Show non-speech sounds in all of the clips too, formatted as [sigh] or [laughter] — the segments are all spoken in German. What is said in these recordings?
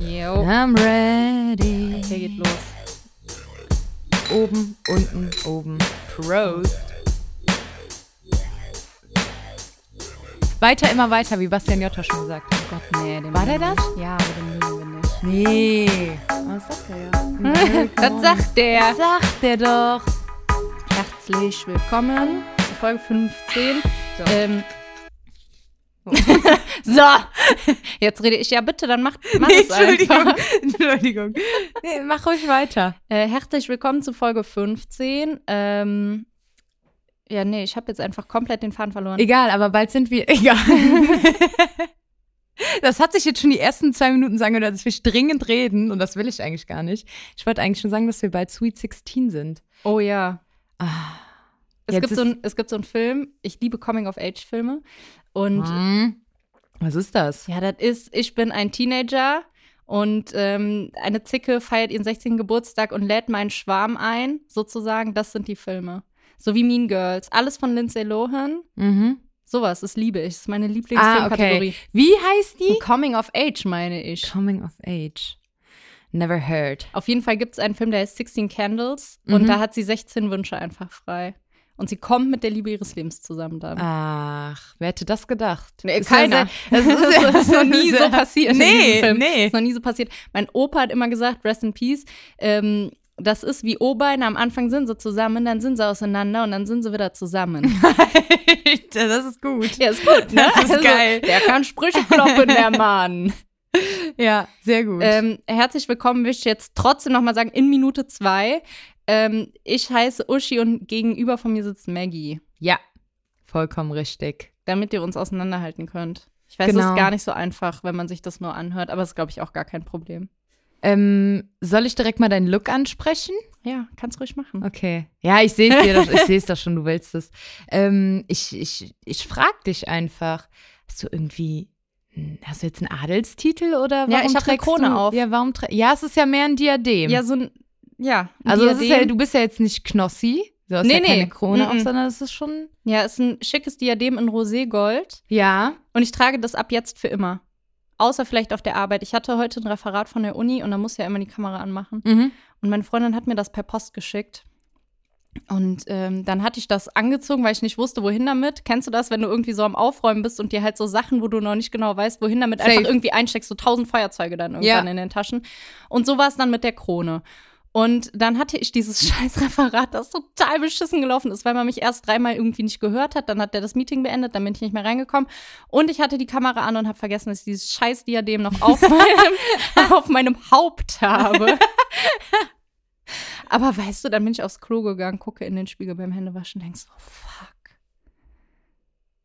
Jo, I'm ready. hier geht [laughs] los. Oben, unten, oben. Prost. Weiter, immer weiter, wie Bastian Jotta schon gesagt hat. Oh Gott, nee. Den War der mögen das? Ja, aber den mögen wir nicht. wir nicht. Nee. Was sagt er ja? [laughs] Das sagt der. Das sagt er doch. Herzlich willkommen. Folge 15. So. Ähm. [laughs] so, [laughs] jetzt rede ich. Ja, bitte, dann macht mach Nee, es einfach. [laughs] Entschuldigung. Nee, mach ruhig weiter. Äh, herzlich willkommen zu Folge 15. Ähm, ja, nee, ich habe jetzt einfach komplett den Faden verloren. Egal, aber bald sind wir. [laughs] Egal. Das hat sich jetzt schon die ersten zwei Minuten sagen gehört, dass wir dringend reden und das will ich eigentlich gar nicht. Ich wollte eigentlich schon sagen, dass wir bald Sweet 16 sind. oh ja. Ah, Es Jetzt gibt, ist- so ein, es gibt so einen Film, ich liebe Coming-of-Age-Filme. Und hm. Was ist das? ja, das ist, ich bin ein Teenager und ähm, eine Zicke feiert ihren 16. Geburtstag und lädt meinen Schwarm ein, sozusagen. Das sind die Filme. So wie Mean Girls. Alles von Lindsay Lohan. Mhm. Sowas, das liebe ich. Das ist meine Ah, Lieblingsfilmkategorie. okay. Wie heißt die? Coming of Age, meine ich. Coming of Age. Never heard. Auf jeden Fall gibt es einen Film, der heißt 16 Candles Mhm. und da hat sie 16 Wünsche einfach frei. Und sie kommt mit der Liebe ihres Lebens zusammen dann. Ach, wer hätte das gedacht? Nee, Ah. Ist keiner. Ja [laughs] Das [laughs] sehr, ist, das ist noch nie so sehr- passiert. in diesem Nee, Film. Das nee. ist noch nie so passiert. Mein Opa hat immer gesagt, rest in peace, ähm, das ist wie O-Beine, am Anfang sind sie zusammen, dann sind sie auseinander und dann sind sie wieder [laughs] zusammen. Alter, das ist gut. Ja, ist gut, ne? Das ist geil. Der kann Sprüche kloppen, der Mann. Ja, sehr gut. Ähm, herzlich willkommen, will ich jetzt trotzdem nochmal sagen, in Minute zwei. Ähm, ich heiße Uschi und gegenüber von mir sitzt Maggie, ja, vollkommen richtig. damit ihr uns auseinanderhalten könnt. Ich weiß, es Genau. ist gar nicht so einfach, wenn man sich das nur anhört, aber es ist, glaube ich, auch gar kein Problem. Ähm, soll ich direkt mal deinen Look ansprechen? Ja, kannst ruhig machen. Okay. Ja, ich sehe es [laughs] doch, ich seh's doch schon, du willst es. Ähm, ich ich, ich frage dich einfach, hast du irgendwie, hm, hast du jetzt einen Adelstitel oder warum Ja, ich hab eine trägst Krone du, auf. Ja, warum trä- Ja, es ist ja mehr ein Diadem. Ja, so ein. Ja, ein also es ist ja, Diadem. du bist ja jetzt nicht Knossi, du hast Nee, ja keine nee. Krone auf, Mhm. sondern es ist schon, ja, ist ein schickes Diadem in Roségold. ja. Und ich trage das ab jetzt für immer. Außer vielleicht auf der Arbeit. Ich hatte heute ein Referat von der Uni und da muss ja immer die Kamera anmachen. Mhm. Und meine Freundin hat mir das per Post geschickt. Und ähm, dann hatte ich das angezogen, weil ich nicht wusste, wohin damit. Kennst du das, wenn du irgendwie so am Aufräumen bist und dir halt so Sachen, wo du noch nicht genau weißt, wohin damit Safe. einfach irgendwie einsteckst, so tausend Feuerzeuge dann irgendwann Ja. in den Taschen. Und so war es dann mit der Krone. Und dann hatte ich dieses [laughs] scheiß Referat, das total beschissen gelaufen ist, weil man mich erst dreimal irgendwie nicht gehört hat. Dann hat der das Meeting beendet, dann bin ich nicht mehr reingekommen. Und ich hatte die Kamera an und habe vergessen, dass ich dieses scheiß Diadem noch [laughs] auf meinem, auf meinem Haupt habe. [laughs] Aber weißt du, dann bin ich aufs Klo gegangen, gucke in den Spiegel beim Händewaschen, denkst, oh fuck.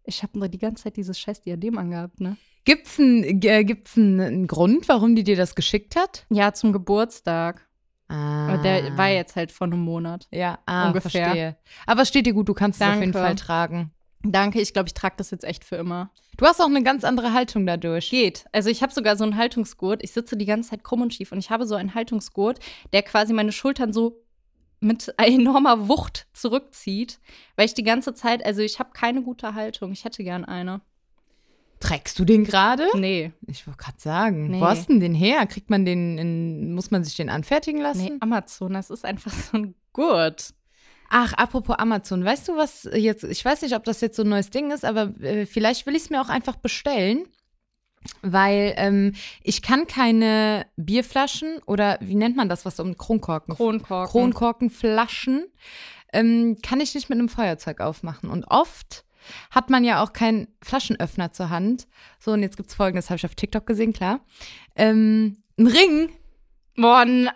Ich habe nur die ganze Zeit dieses scheiß Diadem angehabt, ne? Gibt's einen äh, gibt's einen, einen Grund, warum die dir das geschickt hat? Ja, zum Geburtstag. Ah. Aber der war jetzt halt vor einem Monat. Ja, ah, Ungefähr. verstehe. Aber es steht dir gut, du kannst es auf jeden Danke. Fall tragen. Danke, ich glaube, ich trage das jetzt echt für immer. Du hast auch eine ganz andere Haltung dadurch. Geht. Also ich habe sogar so einen Haltungsgurt. Ich sitze die ganze Zeit krumm und schief und ich habe so einen Haltungsgurt, der quasi meine Schultern so mit [laughs] enormer Wucht zurückzieht, weil ich die ganze Zeit, also ich habe keine gute Haltung. Ich hätte gern eine. Trägst du den gerade? Nee. Ich wollte gerade sagen, Nee. wo hast du denn den her? Kriegt man den, in, muss man sich den anfertigen Nee, lassen? Amazon, das ist einfach so ein Gurt. Ach, apropos Amazon, weißt du was jetzt, ich weiß nicht, ob das jetzt so ein neues Ding ist, aber äh, vielleicht will ich es mir auch einfach bestellen, weil ähm, ich kann keine Bierflaschen oder wie nennt man das, was um Kronkorken? Kronkorken. Kronkorkenflaschen ähm, kann ich nicht mit einem Feuerzeug aufmachen. Und oft hat man ja auch keinen Flaschenöffner zur Hand. So, und jetzt gibt es folgendes, habe ich auf TikTok gesehen, klar. Ähm, ein Ring, Boah, n-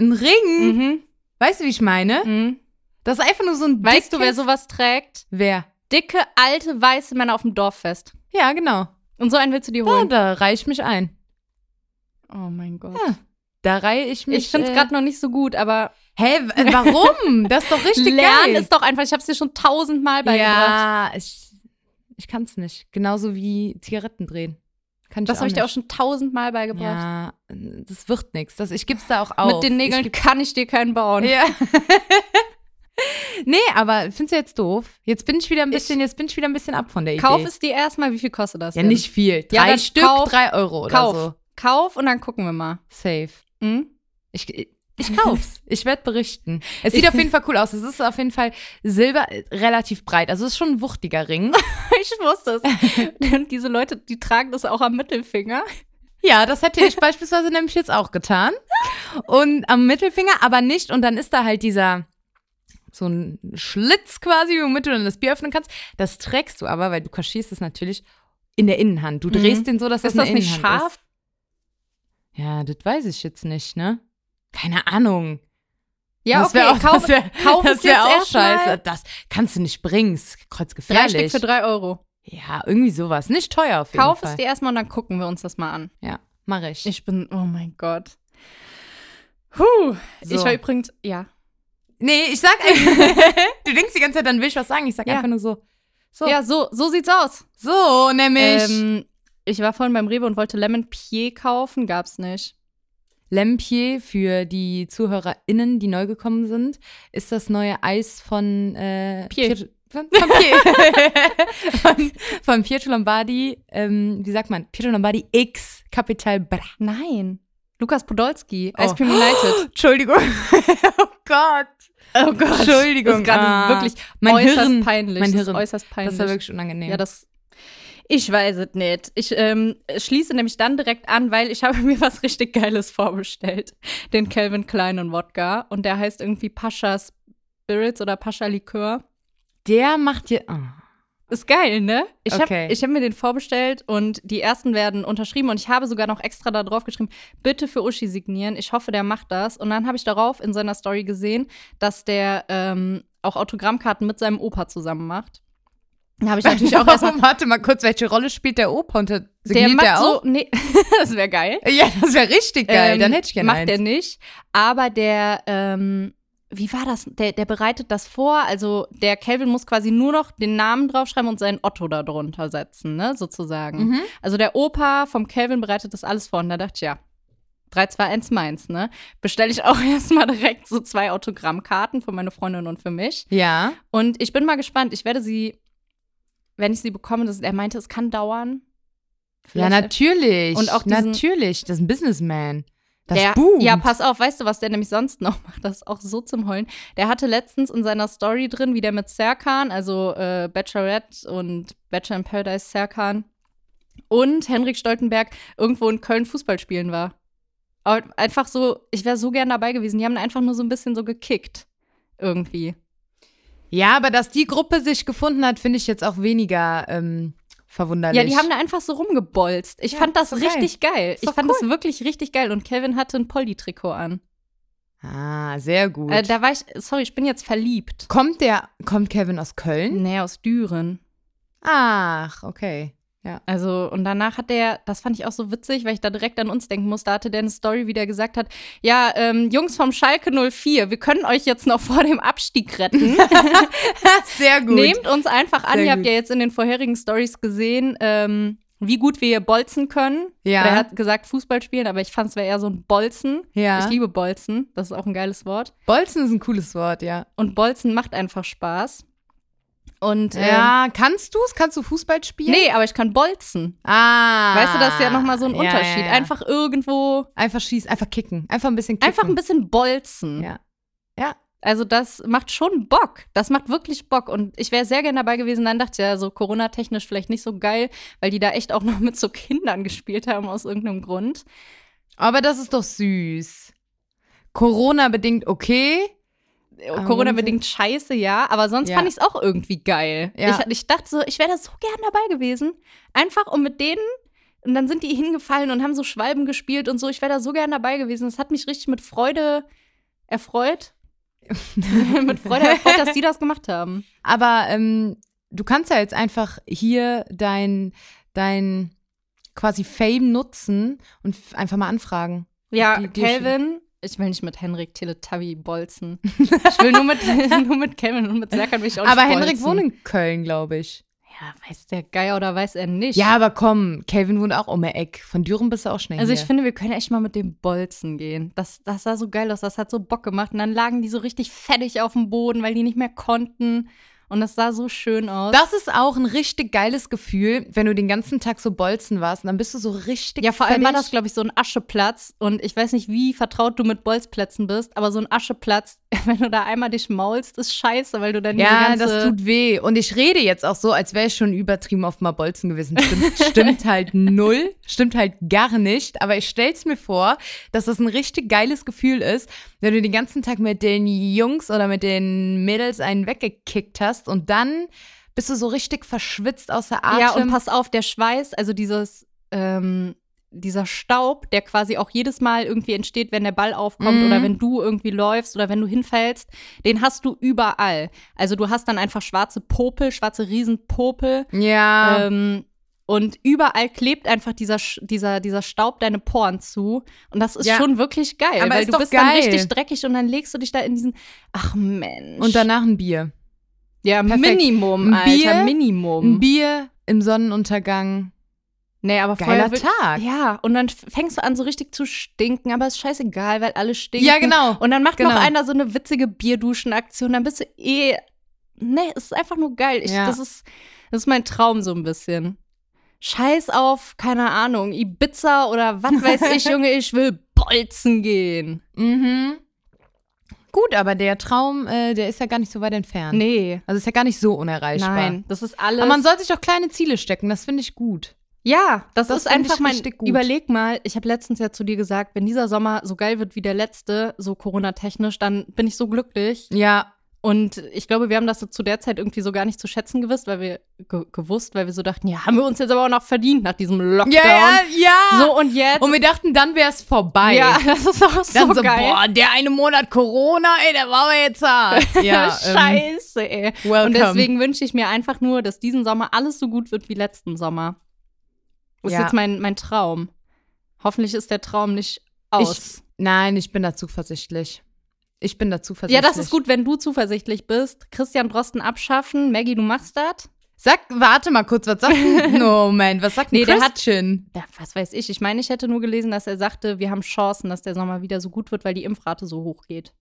ein Ring, mhm. weißt du, wie ich meine? Mhm. Das ist einfach nur so ein Weißt du, wer dickes- sowas trägt? Wer? Dicke, alte, weiße Männer auf dem Dorffest. Ja, genau. Und so einen willst du dir Da, holen. da reihe ich mich ein. Oh mein Gott. Ja, Da reihe ich mich. Ich finde es äh, gerade noch nicht so gut, aber Hä, w- äh, [laughs] warum? Das ist doch richtig Lernen geil. ist doch einfach, ich habe es dir schon tausendmal beigebracht. ja, ich, ich kann es nicht. Genauso wie Zigaretten drehen. Kann ich das auch habe ich dir nicht. auch schon tausendmal beigebracht. Ja, das wird nichts. Das, ich gebe es da auch auf. Mit den Nägeln Ich geb- kann ich dir keinen bauen. [laughs] ja. nee, aber findest du jetzt doof? Jetzt bin ich wieder ein bisschen, jetzt bin ich wieder ein bisschen ab von der Idee. Kauf es dir erstmal, wie viel kostet das? ja denn? nicht viel. Drei Ja, dann Stück, kauf. drei Euro oder Kauf, so. kauf und dann gucken wir mal. Safe. [laughs] Hm? Ich, ich kauf's. [laughs] ich werde berichten. Es sieht auf jeden Fall cool aus. Es ist auf jeden Fall Silber äh, relativ breit. Also es ist schon ein wuchtiger [laughs] Ring. Ich wusste es. Und diese Leute, die tragen das auch am Mittelfinger. Ja, das [laughs] hätte ich beispielsweise nämlich jetzt auch getan. Und am Mittelfinger, aber nicht. Und dann ist da halt dieser so ein Schlitz quasi, womit du dann das Bier öffnen kannst. Das trägst du aber, weil du kaschierst es natürlich in der Innenhand. Du Mhm. drehst den so, dass das Ist das eine nicht Innenhand scharf? Ist. Ja, das weiß ich jetzt nicht, ne? Keine Ahnung. Ja, das okay, wär auch, kauf, das wär, [laughs] kauf das es wär jetzt auch erstmal. scheiße. Das kannst du nicht bringen. Ist Drei Kreuzgefährlich. Stück für drei Euro. ja, irgendwie sowas. Nicht teuer auf jeden Kauf es Fall. dir erstmal und dann gucken wir uns das mal an. Ja, mach ich. Ich bin, oh mein Gott. Huh. Ich So. war übrigens, ja. Nee, ich sag [laughs] einfach. du denkst die ganze Zeit, dann will ich was sagen. Ich sag Ja. einfach nur so. So, Ja, so, so sieht's aus. so nämlich. Ähm, ich war vorhin beim Rewe und wollte Lemon Pie kaufen, gab's nicht. Lempier, für die ZuhörerInnen, die neu gekommen sind, ist das neue Eis von äh, Pier. von, von, Pier. [laughs] von, von Pietro Lombardi, ähm, wie sagt man? Pietro Lombardi X Capital Bra. Nein. Lukas Podolski, Oh. Ice Cream United. [laughs] Entschuldigung. oh Gott. [gasps] Oh Gott. Entschuldigung. Das ist gerade Ah. wirklich Mein äußerst Hirn. peinlich. Mein Das Hirn. ist äußerst peinlich. Das war wirklich unangenehm. ja, das. Ich weiß es nicht. Ich ähm, schließe nämlich dann direkt an, weil ich [laughs] habe mir was richtig Geiles vorbestellt. Den Calvin Klein und Wodka. Und der heißt irgendwie Pascha Spirits oder Pascha Likör. der macht dir. ah. Ist geil, ne? Ich Okay. habe ich hab mir den vorbestellt und die ersten werden unterschrieben und ich habe sogar noch extra da drauf geschrieben, bitte für Uschi signieren. Ich hoffe, der macht das. Und dann habe ich darauf in seiner Story gesehen, dass der ähm, auch Autogrammkarten mit seinem Opa zusammen macht. Da habe ich natürlich [laughs] auch erstmal. Warte mal kurz, welche Rolle spielt der Opa? Und der, Der signiert macht der so. auch? Nee, [laughs] das wäre geil. [laughs] Ja, das wäre richtig geil. Ähm, dann hätte ich gerne Macht eins. er nicht. Aber der, ähm, wie war das? Der, der bereitet das vor. Also der Calvin muss quasi nur noch den Namen draufschreiben und seinen Otto da drunter setzen, ne? Sozusagen. Mhm. Also der Opa vom Calvin bereitet das alles vor. Und da dachte ich, ja, 3, 2, 1 meins, ne? Bestelle ich [laughs] auch erstmal direkt so zwei Autogrammkarten für meine Freundin und für mich. Ja. Und ich bin mal gespannt. Ich werde sie, wenn ich sie bekomme, das, er meinte, es kann dauern. Ja, Vielleicht- natürlich. Und auch diesen- natürlich, das ist ein Businessman. Das der, boomt. Ja, pass auf, weißt du, was der nämlich sonst noch [laughs] macht? Das ist auch so zum Heulen. Der hatte letztens in seiner Story drin, wie der mit Serkan, also äh, Bachelorette und Bachelor in Paradise Serkan und Henrik Stoltenberg irgendwo in Köln Fußball spielen war. Aber einfach so, ich wäre so gern dabei gewesen. Die haben einfach nur so ein bisschen so gekickt. Irgendwie. ja, aber dass die Gruppe sich gefunden hat, finde ich jetzt auch weniger ähm, verwunderlich. Ja, die haben da einfach so rumgebolzt. Ich Ja, fand das ist doch geil. richtig geil. Ich doch fand das wirklich richtig geil. Und Kevin hatte ein Polly-Trikot an. Ah, sehr gut. Äh, da war ich, sorry, ich bin jetzt verliebt. kommt der, kommt Kevin aus Köln? Nee, aus Düren. [laughs] Ach, okay. Also, und danach hat der, das fand ich auch so witzig, weil ich da direkt an uns denken musste, da hatte der eine Story, wie der gesagt hat, ja, ähm, Jungs vom Schalke 04, wir können euch jetzt noch [laughs] vor dem Abstieg [laughs] retten. sehr gut. Nehmt uns einfach an, Sehr ihr habt gut. ja jetzt in den vorherigen Stories gesehen, ähm, wie gut wir hier bolzen können. Ja. Oder er hat gesagt, Fußball spielen, aber ich fand es wäre eher so ein Bolzen. Ja. Ich liebe Bolzen, das ist auch ein geiles Wort. Bolzen ist ein cooles Wort, ja. Und Bolzen macht einfach Spaß. Und ähm, Ja, kannst du es? Kannst du Fußball spielen? nee, aber ich kann bolzen. Ah. Weißt du, das ist ja nochmal so ein Ja, Unterschied. ja, ja. Einfach irgendwo einfach schießen, einfach kicken, einfach ein bisschen kicken. Einfach ein bisschen bolzen. Ja. Also das macht schon Bock. Das macht wirklich Bock. Und ich wäre sehr gerne dabei gewesen. Dann dachte ich ja, so Corona-technisch vielleicht nicht so geil, weil die da echt auch noch [laughs] mit so Kindern gespielt haben aus irgendeinem Grund. Aber das ist doch süß. Corona bedingt okay. Aber Corona-bedingt scheiße, ja. Aber sonst Ah, Ja. fand ich es auch irgendwie geil. Ja. Ich, ich dachte so, ich wäre da so gern dabei gewesen. Einfach um mit denen. Und dann sind die hingefallen und haben so Schwalben gespielt und so. Ich wäre da so gern dabei gewesen. Das hat mich richtig mit Freude [laughs] erfreut. [laughs] mit Freude erfreut, dass die das gemacht haben. Aber ähm, du kannst ja jetzt einfach hier dein, dein quasi Fame nutzen und f- einfach mal anfragen. Ja, die- die- Calvin. Ich will nicht mit Henrik Teletubby [laughs] bolzen. Ich will nur mit, [laughs] nur mit Calvin und mit Serkan will ich auch nicht Aber bolzen. Henrik wohnt in Köln, glaube ich. Ja, weiß der Geier oder weiß er nicht. Ja, aber komm, Kelvin wohnt auch um die Eck. Von Düren bist du auch schnell Also ich hier. finde, wir können echt mal mit dem Bolzen gehen. Das, das sah so geil aus, das hat so Bock gemacht. Und dann lagen die so richtig fettig auf dem Boden, weil die nicht mehr konnten. Und das sah so schön aus. Das ist auch ein richtig geiles Gefühl, wenn du den ganzen Tag so bolzen warst und dann bist du so richtig. ja, vor allem war fertig. das, glaube ich, so ein Ascheplatz. Und ich weiß nicht, wie vertraut du mit Bolzplätzen bist, aber so ein Ascheplatz, [laughs] wenn du da einmal dich maulst, ist scheiße, weil du dann Ja, diese ganze das tut weh. Und ich rede jetzt auch so, als wäre ich schon übertrieben oft mal bolzen gewesen. Stimmt, [laughs] stimmt halt null, stimmt halt gar nicht. Aber ich stell's mir vor, dass das ein richtig geiles Gefühl ist, wenn du den ganzen Tag mit den Jungs oder mit den Mädels einen weggekickt hast und dann bist du so richtig verschwitzt außer Atem. Ja, und pass auf, der Schweiß, also dieses, ähm, dieser Staub, der quasi auch jedes Mal irgendwie entsteht, wenn der Ball aufkommt Mhm. oder wenn du irgendwie läufst oder wenn du hinfällst, den hast du überall. Also du hast dann einfach schwarze Popel, schwarze Riesenpopel. ja. Ähm, und überall klebt einfach dieser, Sch- dieser, dieser Staub deine Poren zu. Und das ist Ja. schon wirklich geil, Aber weil ist du doch bist dann geil. richtig dreckig und dann legst du dich da in diesen. Ach Mensch. und danach ein Bier. ja, perfekt. Minimum, Ein Alter, Bier, Minimum. Ein Bier im Sonnenuntergang. Nee, aber vorher Geiler wir- Tag. Ja, und dann f- fängst du an, so richtig zu stinken, aber ist scheißegal, weil alle stinken. Ja, genau. Und dann macht noch Genau. einer so eine witzige Bierduschen-Aktion, dann bist du eh. Nee, es ist einfach nur geil. Ich, Ja. das, ist, das ist mein Traum so ein bisschen. Scheiß auf, keine Ahnung, Ibiza oder was weiß [laughs] ich, Junge, ich will bolzen gehen. Mhm. Gut, aber der Traum, äh, der ist ja gar nicht so weit entfernt. Nee, Also ist ja gar nicht so unerreichbar. nein, das ist alles. Aber man soll sich doch kleine Ziele stecken, das finde ich gut. Ja, das, Das ist finde ich einfach mein. richtig gut. Überleg mal, ich habe letztens ja zu dir gesagt, wenn dieser Sommer so geil wird wie der letzte, so Corona-technisch, dann bin ich so glücklich. Ja, Und ich glaube, wir haben das so zu der Zeit irgendwie so gar nicht zu schätzen gewusst, weil wir ge gewusst, weil wir so dachten, ja, haben wir uns jetzt aber auch noch verdient nach diesem Lockdown. ja. So und jetzt. und wir dachten, dann wäre es vorbei. ja, [laughs] das ist auch Dann so, [laughs] so, geil. boah, der eine Monat Corona, ey, der war aber jetzt hart. [laughs] Ja, ähm, Scheiße, ey. welcome. Und deswegen wünsche ich mir einfach nur, dass diesen Sommer alles so gut wird wie letzten Sommer. Das Ja. ist jetzt mein, mein Traum. Hoffentlich ist der Traum nicht aus. Nein, ich bin da zuversichtlich. Ich bin da zuversichtlich. Ja, das ist gut, wenn du zuversichtlich bist. Christian Drosten abschaffen. Maggie, du machst das? Sag, warte mal kurz, was [laughs] sagt No, Moment, was sagt nee, Nee, der hat- Christian? Ja, was weiß ich. Ich meine, ich hätte nur gelesen, dass er sagte, wir haben Chancen, dass der Sommer wieder so gut wird, weil die Impfrate so hoch geht.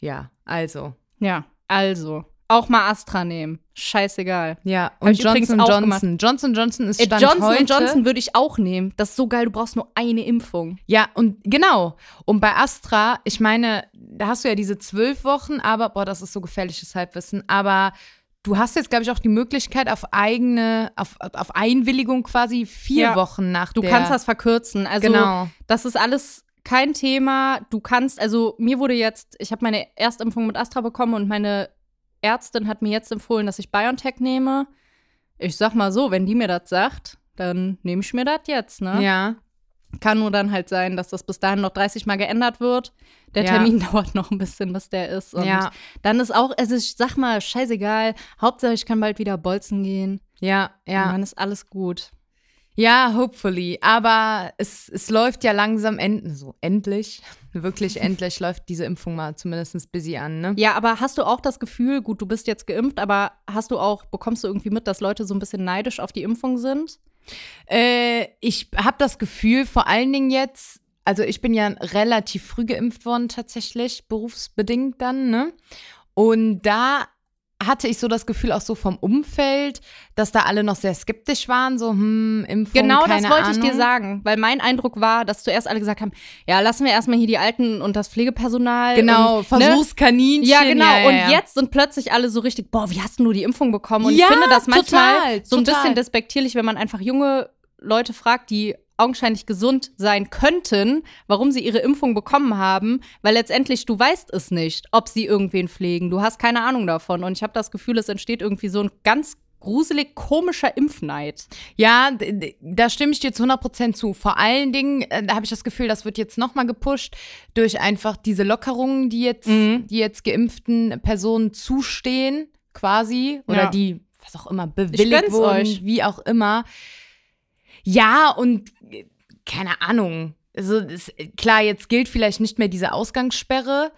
Ja, also. Ja, also. Auch mal Astra nehmen. Scheißegal. Ja, ich und übrigens Johnson auch Johnson. gemacht. Johnson Johnson ist Äh, Stand Johnson heute. Johnson würde ich auch nehmen. Das ist so geil, du brauchst nur eine Impfung. Ja, und genau. Und bei Astra, ich meine, da hast du ja diese zwölf Wochen, aber, boah, das ist so gefährliches Halbwissen, aber du hast jetzt, glaube ich, auch die Möglichkeit, auf eigene, auf, auf Einwilligung quasi vier Ja. Wochen nach Du der. kannst das verkürzen. Also genau. Das ist alles kein Thema. Du kannst, also mir wurde jetzt, ich habe meine Erstimpfung mit Astra bekommen und meine Ärztin hat mir jetzt empfohlen, dass ich BioNTech nehme. Ich sag mal so, wenn die mir das sagt, dann nehme ich mir das jetzt, ne? Ja. Kann nur dann halt sein, dass das bis dahin noch 30 Mal geändert wird. Der Ja. Termin [laughs] dauert noch ein bisschen, bis der ist. Und Ja. dann ist auch, also ich sag mal, scheißegal, Hauptsache ich kann bald wieder bolzen gehen. Ja, Und ja. dann ist alles gut. Ja, hopefully. Aber es, es läuft ja langsam end so endlich, [laughs] wirklich endlich läuft diese Impfung mal zumindest busy an, ne? Ja, aber hast du auch das Gefühl, gut, du bist jetzt geimpft, aber hast du auch, bekommst du irgendwie mit, dass Leute so ein bisschen neidisch auf die Impfung sind? Äh, ich habe das Gefühl, vor allen Dingen jetzt, also ich bin ja relativ früh geimpft worden tatsächlich, berufsbedingt dann, ne? Und da hatte ich so das Gefühl auch so vom Umfeld, dass da alle noch sehr skeptisch waren, so hm, Impfung, Genau keine das wollte ich Ahnung. dir sagen, weil mein Eindruck war, dass zuerst alle gesagt haben, ja, lassen wir erstmal hier die Alten und das Pflegepersonal. Genau, und, Ne? Versuchskaninchen. Ja, genau. ja, und ja. jetzt sind plötzlich alle so richtig, boah, wie hast denn du die Impfung bekommen? Und Ja, ich finde das manchmal total, so ein total. bisschen despektierlich, wenn man einfach junge Leute fragt, die augenscheinlich gesund sein könnten, warum sie ihre Impfung bekommen haben, weil letztendlich du weißt es nicht, ob sie irgendwen pflegen. Du hast keine Ahnung davon. Und ich habe das Gefühl, es entsteht irgendwie so ein ganz gruselig komischer Impfneid. Ja, d- d- da stimme ich dir zu 100% zu. Vor allen Dingen äh, da habe ich das Gefühl, das wird jetzt nochmal gepusht durch einfach diese Lockerungen, die jetzt, Mhm. die jetzt geimpften Personen zustehen, quasi. Oder Ja. die, was auch immer, gönn's bewilligt wurden, euch. wie auch immer. Ja, und äh, keine Ahnung. Also, es- klar, jetzt gilt vielleicht nicht mehr diese Ausgangssperre.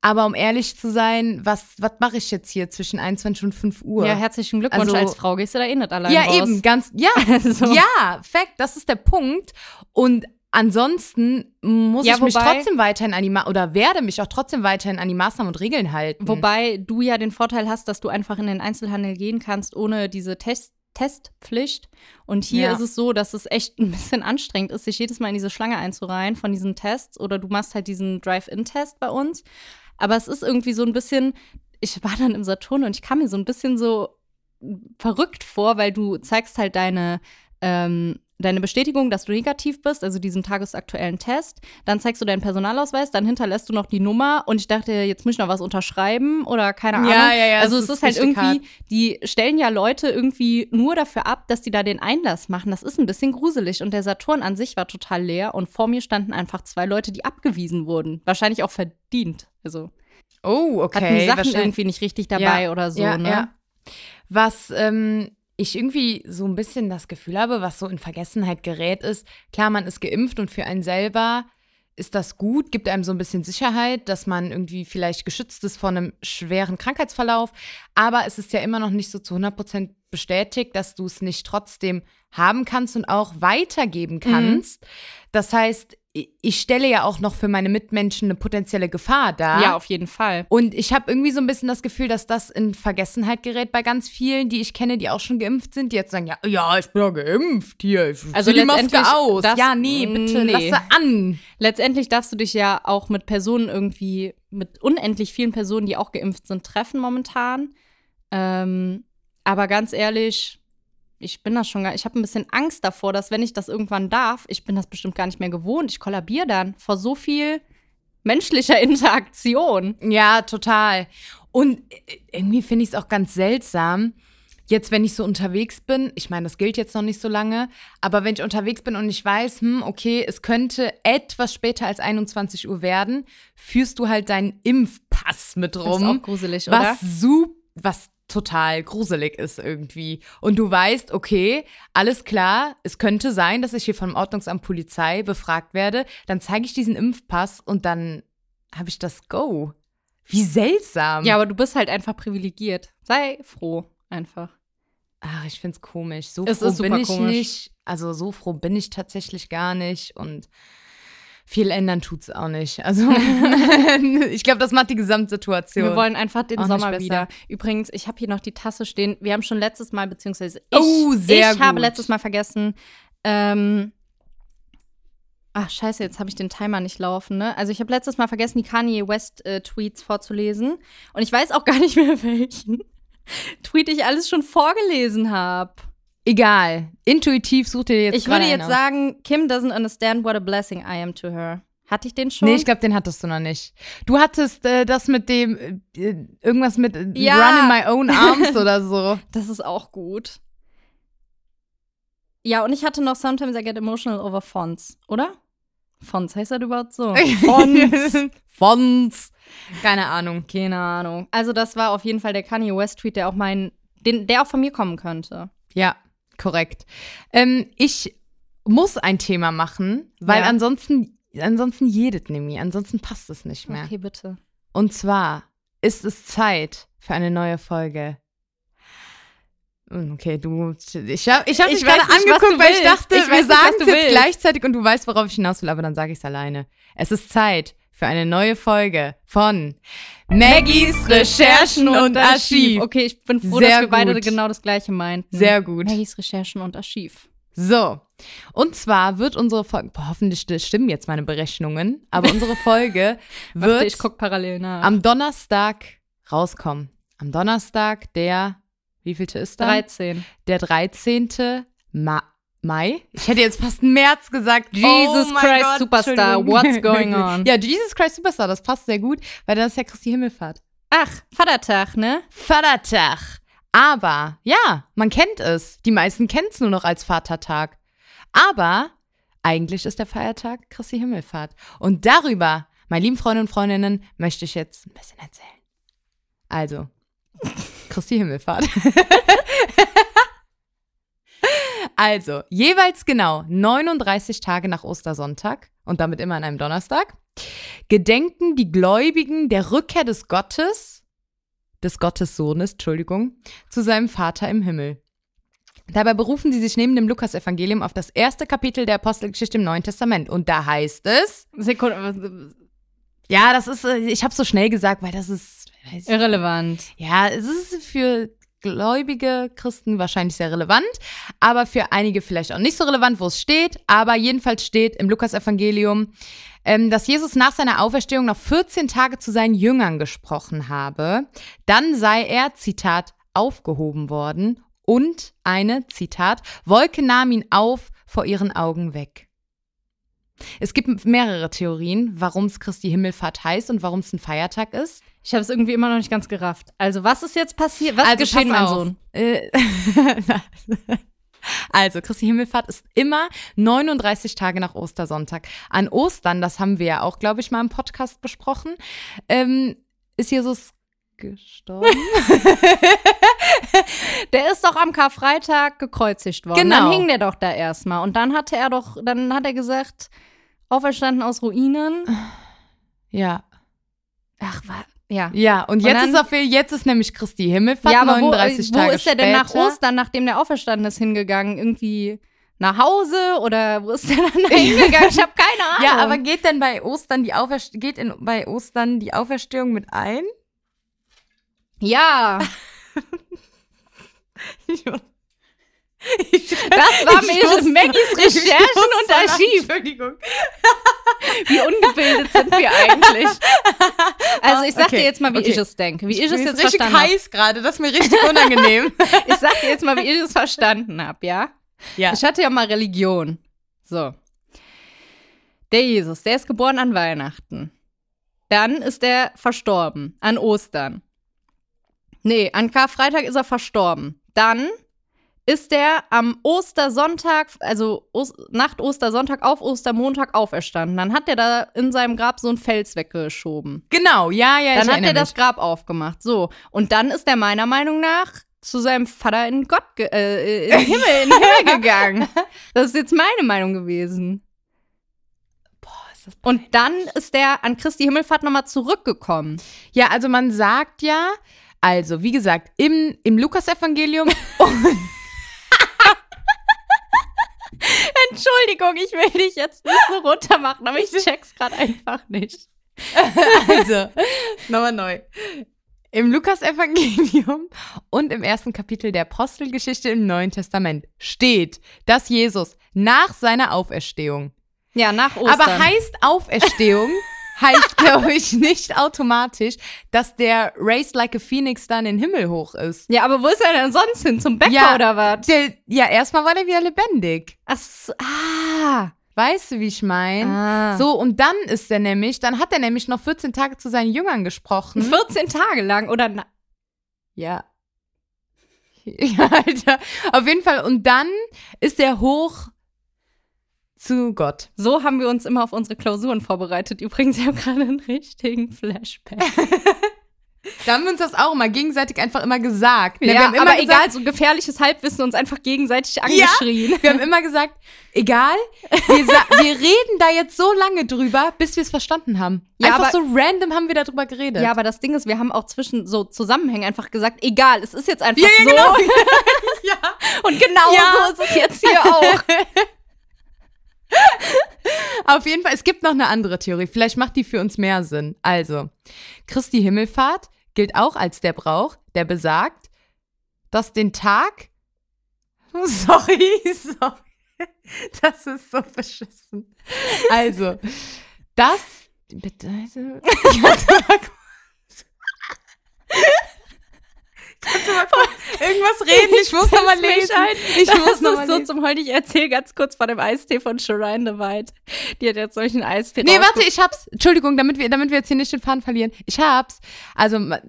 Aber um ehrlich zu sein, was, was mache ich jetzt hier zwischen 21 und 5 Uhr? Ja, herzlichen Glückwunsch. Also- Als [laughs] Frau gehst du da eh nicht allein Ja, raus. eben, ganz, ja, Also- ja, Fact, das ist der Punkt. Und Ansonsten muss Ja, ich mich wobei- trotzdem weiterhin an die Ma oder werde mich auch trotzdem weiterhin an die Maßnahmen und Regeln halten. Wobei du ja den Vorteil hast, dass du einfach in den Einzelhandel gehen kannst, ohne diese Test Testpflicht. Und hier Ja. ist es so, dass es echt [laughs] ein bisschen anstrengend ist, sich jedes Mal in diese Schlange einzureihen von diesen Tests. Oder du machst halt diesen Drive-In-Test bei uns. Aber es ist irgendwie so ein bisschen, ich war dann im Saturn und ich kam mir so ein bisschen so verrückt vor, weil du zeigst halt deine, ähm, deine Bestätigung, dass du negativ bist, also diesen tagesaktuellen Test. Dann zeigst du deinen Personalausweis, dann hinterlässt du noch die Nummer und ich dachte, jetzt muss ich noch was unterschreiben oder keine Ahnung. Ja, ja, ja, also es es ist ist, halt richtig irgendwie, die stellen ja Leute irgendwie nur dafür ab, dass die da den Einlass machen. Das ist ein bisschen gruselig und der Saturn an sich war total leer und vor mir standen einfach zwei Leute, die abgewiesen wurden. Wahrscheinlich auch verdient. Also Oh, okay. hatten die Sachen Wahrscheinlich- irgendwie nicht richtig dabei Ja, oder so, ja, ne? ja. Was ähm, ich irgendwie so ein bisschen das Gefühl habe, was so in Vergessenheit gerät, ist, klar, man ist geimpft und für einen selber ist das gut, gibt einem so ein bisschen Sicherheit, dass man irgendwie vielleicht geschützt ist vor einem schweren Krankheitsverlauf. Aber es ist ja immer noch nicht so zu 100 Prozent bestätigt, dass du es nicht trotzdem haben kannst und auch Mhm. weitergeben kannst. Das heißt, i- ich stelle ja auch noch für meine Mitmenschen eine potenzielle Gefahr dar. Ja, auf jeden Fall. Und ich habe irgendwie so ein bisschen das Gefühl, dass das in Vergessenheit gerät bei ganz vielen, die ich kenne, die auch schon geimpft sind, die jetzt sagen, ja, ja ich bin ja geimpft hier. Ich Also zieh die Maske letztendlich aus. das- ja, nee, bitte nee. lass sie an. Letztendlich darfst du dich ja auch mit Personen irgendwie, mit unendlich vielen Personen, die auch geimpft sind, treffen momentan. Ähm, aber ganz ehrlich, ich bin das schon gar, ich habe ein bisschen Angst davor, dass wenn ich das irgendwann darf, ich bin das bestimmt gar nicht mehr gewohnt. Ich kollabiere dann vor so viel menschlicher [laughs] Interaktion. Ja, total. Und äh, irgendwie finde ich es auch ganz seltsam, jetzt, wenn ich so unterwegs bin, ich meine, das gilt jetzt noch nicht so lange, aber wenn ich unterwegs bin und ich weiß, hm, okay, es könnte etwas später als 21 Uhr werden, führst du halt deinen Impfpass mit Das rum. ist auch gruselig, oder? was sup was total gruselig ist irgendwie. Und du weißt, okay, alles klar, es könnte sein, dass ich hier vom Ordnungsamt Polizei befragt werde, dann zeige ich diesen Impfpass und dann habe ich das Go. Wie seltsam. Ja, aber du bist halt einfach privilegiert. Sei froh, einfach. Ach, ich find's komisch. So Es froh ist super bin ich komisch. nicht. Also so froh bin ich tatsächlich gar nicht und viel ändern tut's auch nicht. [laughs] Also [laughs] ich glaube, das macht die Gesamtsituation. Wir wollen einfach den Auch nicht Sommer besser. wieder. Übrigens, ich habe hier noch die Tasse stehen. Wir haben schon letztes Mal, beziehungsweise ich, Oh, sehr ich habe gut. letztes Mal vergessen, ähm, ach scheiße, jetzt habe ich den Timer nicht laufen, ne? Also ich habe letztes Mal vergessen, die Kanye West äh, Tweets vorzulesen. Und ich weiß auch gar nicht mehr, [laughs] welchen Tweet ich alles schon vorgelesen habe. Egal. Intuitiv such dir jetzt Ich würde gerade jetzt einen aus. sagen, Kim doesn't understand what a blessing I am to her. Hatte ich den schon? Nee, ich glaube, den hattest du noch nicht. Du hattest äh, das mit dem, äh, irgendwas mit äh, Ja. Run in my own arms oder [laughs] so. Das ist auch gut. Ja, und ich hatte noch Sometimes I get emotional over Fonts, oder? Fonts heißt das überhaupt [laughs] so? Fonts. Fonts. Keine Ahnung. Keine Ahnung. Also das war auf jeden Fall der Kanye West Tweet, der auch mein, den, der auch von mir kommen könnte. Ja, korrekt. Ähm, ich muss ein Thema machen, weil Ja. ansonsten, ansonsten jedet nämlich, ansonsten passt es nicht mehr. Okay, bitte. Und zwar ist es Zeit für eine neue Folge. Hm, Okay, du. Ich habe ich hab Ich weiß dich gerade nicht, was angeguckt, du weil ich willst. dachte, Ich weiß wir nicht, was sagen du es jetzt willst. gleichzeitig und du weißt, worauf ich hinaus will, aber dann sage ich es alleine. Es ist Zeit für eine neue Folge von Maggies Recherchen und Archiv. Okay, ich bin froh, Sehr dass wir beide gut. genau das gleiche meinten. Sehr gut. Maggies Recherchen und Archiv. So. Und zwar wird unsere Folge, boah, hoffentlich stimmen jetzt meine Berechnungen, aber unsere Folge [laughs] Warte, wird ich guck parallel nach. am Donnerstag rauskommen. Am Donnerstag, der, wievielte ist da? 13. Der 13. Ma Mai? Ich hätte jetzt fast März gesagt. Jesus Oh mein Christ Gott, Superstar, Entschuldigung. what's going on? [laughs] Ja, Jesus Christ Superstar, das passt sehr gut, weil dann ist ja Christi Himmelfahrt. Ach, Vatertag, ne? Vatertag. Aber, ja, man kennt es. Die meisten kennen es nur noch als Vatertag. Aber eigentlich ist der Feiertag Christi Himmelfahrt. Und darüber, meine lieben Freunde und Freundinnen, möchte ich jetzt ein bisschen erzählen. Also, Christi Himmelfahrt. [laughs] also, jeweils genau 39 Tage nach Ostersonntag und damit immer an einem Donnerstag, gedenken die Gläubigen der Rückkehr des Gottes des Gottessohnes, Entschuldigung, zu seinem Vater im Himmel. Dabei berufen sie sich neben dem Lukas-Evangelium auf das erste Kapitel der Apostelgeschichte im Neuen Testament. Und da heißt es, Sekunde. ja, das ist, äh, ich habe so schnell gesagt, weil das ist, weiß ich, Irrelevant. ja, es ist für gläubige Christen wahrscheinlich sehr relevant, aber für einige vielleicht auch nicht so relevant, wo es steht. Aber jedenfalls steht im Lukas-Evangelium, ähm, dass Jesus nach seiner Auferstehung noch 14 Tage zu seinen Jüngern gesprochen habe. Dann sei er, Zitat, aufgehoben worden und eine, Zitat, Wolke nahm ihn auf, vor ihren Augen weg. Es gibt mehrere Theorien, warum es Christi Himmelfahrt heißt und warum es ein Feiertag ist. Ich habe es irgendwie immer noch nicht ganz gerafft. Also, was ist jetzt passiert? Was geschieht, Also pass mein auf. Sohn? Äh, [laughs] also, Christi Himmelfahrt ist immer 39 Tage nach Ostersonntag. An Ostern, das haben wir ja auch, glaube ich, mal im Podcast besprochen, ähm, ist Jesus gestorben. [laughs] Der ist doch am Karfreitag gekreuzigt worden. Genau. Dann hing der doch da erstmal. Und dann hatte er doch, dann hat er gesagt, auferstanden aus Ruinen. ja. Ach, was? Ja. Ja, und Und jetzt dann- ist auf, jetzt ist nämlich Christi Himmelfahrt Ja, aber wo, äh, 39 wo Tage ist er denn nach später. Ostern, nachdem der auferstanden ist, hingegangen? Irgendwie nach Hause oder wo ist der [laughs] dann hingegangen? Ich habe keine Ahnung. Ja, aber geht denn bei Ostern die Auferstehung, geht in, bei Ostern die Auferstehung mit ein? [laughs] ja, Ich, das war [laughs] Ich Mädels muss- Maggies Recherchen und Archiv. Entschuldigung. Wie ungebildet sind wir [laughs] eigentlich? Also ich sag Okay, dir jetzt mal, wie okay. ich es denke. Wie ich, es Mir jetzt ist richtig verstanden habe. heiß gerade, das ist mir richtig [laughs] unangenehm. Ich sag dir jetzt mal, wie ich es verstanden habe, ja? ja. Ich hatte ja mal Religion. So. Der Jesus, der ist geboren an Weihnachten. Dann ist er verstorben an Ostern. Nee, an Karfreitag ist er verstorben. Dann ist er am Ostersonntag, also Os Nacht Ostersonntag auf Ostermontag auferstanden. Dann hat er da in seinem Grab so einen Fels weggeschoben. Genau, ja, Dann ja, ich hat er erinnere das Grab aufgemacht. So. Und dann ist er meiner Meinung nach zu seinem Vater in Gott, ge äh, in den Himmel, in den [laughs] Himmel gegangen. Das ist jetzt meine Meinung gewesen. mich. Ist das- Und dann ist er an Christi Himmelfahrt nochmal zurückgekommen. Ja, also man sagt ja, also wie gesagt, im, [laughs] im Lukas-Evangelium Entschuldigung, ich will dich jetzt nicht so runter machen, aber ich check's gerade einfach nicht. Also, nochmal neu. Im Lukas-Evangelium und im ersten Kapitel der Apostelgeschichte im Neuen Testament steht, dass Jesus nach seiner Auferstehung, Ja, nach Ostern. aber heißt [laughs] Auferstehung, heißt, glaube ich, nicht automatisch, dass der Race like a Phoenix dann in den Himmel hoch ist. ja, aber wo ist er denn sonst hin? Zum Bäcker Ja. oder was? Der, ja, erstmal war der wieder lebendig. Ach, so, ah. Weißt du, wie ich meine? ah. So So, und dann ist er nämlich, dann hat er nämlich noch 14 Tage zu seinen Jüngern [laughs] gesprochen. 14 Tage lang oder na Ja. [laughs] Ja, Alter. Auf jeden Fall. Und dann ist er hoch zu Gott. So haben wir uns immer auf unsere Klausuren vorbereitet. Übrigens, ich habe gerade einen richtigen Flashback. Da haben wir uns das auch immer gegenseitig einfach immer gesagt. [laughs] Ne? Ja, wir, haben immer aber egal, gesagt so gefährliches Halbwissen uns einfach gegenseitig angeschrien. wir haben immer gesagt, egal, [laughs] wir, sa- wir reden da jetzt so lange drüber, bis wir es verstanden haben. Ja, einfach aber- so random haben wir darüber geredet. Ja. aber das Ding ist, wir haben auch zwischen so Zusammenhängen einfach gesagt, egal, es ist jetzt einfach Ja, ja, so. genau. [laughs] ja. Und genau Ja. so ist es jetzt [laughs] hier [laughs] auch. Auf jeden Fall, es gibt noch eine andere Theorie. Vielleicht macht die für uns mehr Sinn. Also, Christi Himmelfahrt gilt auch als der Brauch, der besagt, dass den Tag. [laughs] Sorry, sorry. [laughs] Das ist so beschissen. Also, das. Bitte. [laughs] Kannst du mal kurz- Kannst du mal kurz irgendwas reden? Ich muss nochmal Piss mich lesen. ein. Ich halt. das muss nochmal ist so lesen. zum Heulen. Ich erzähle ganz kurz von dem Eistee von Shireen White. Die hat jetzt solchen Eistee Nee, rausge- warte, ich hab's. Entschuldigung, damit wir, damit wir jetzt hier nicht den Faden verlieren. Ich hab's. Also, ma-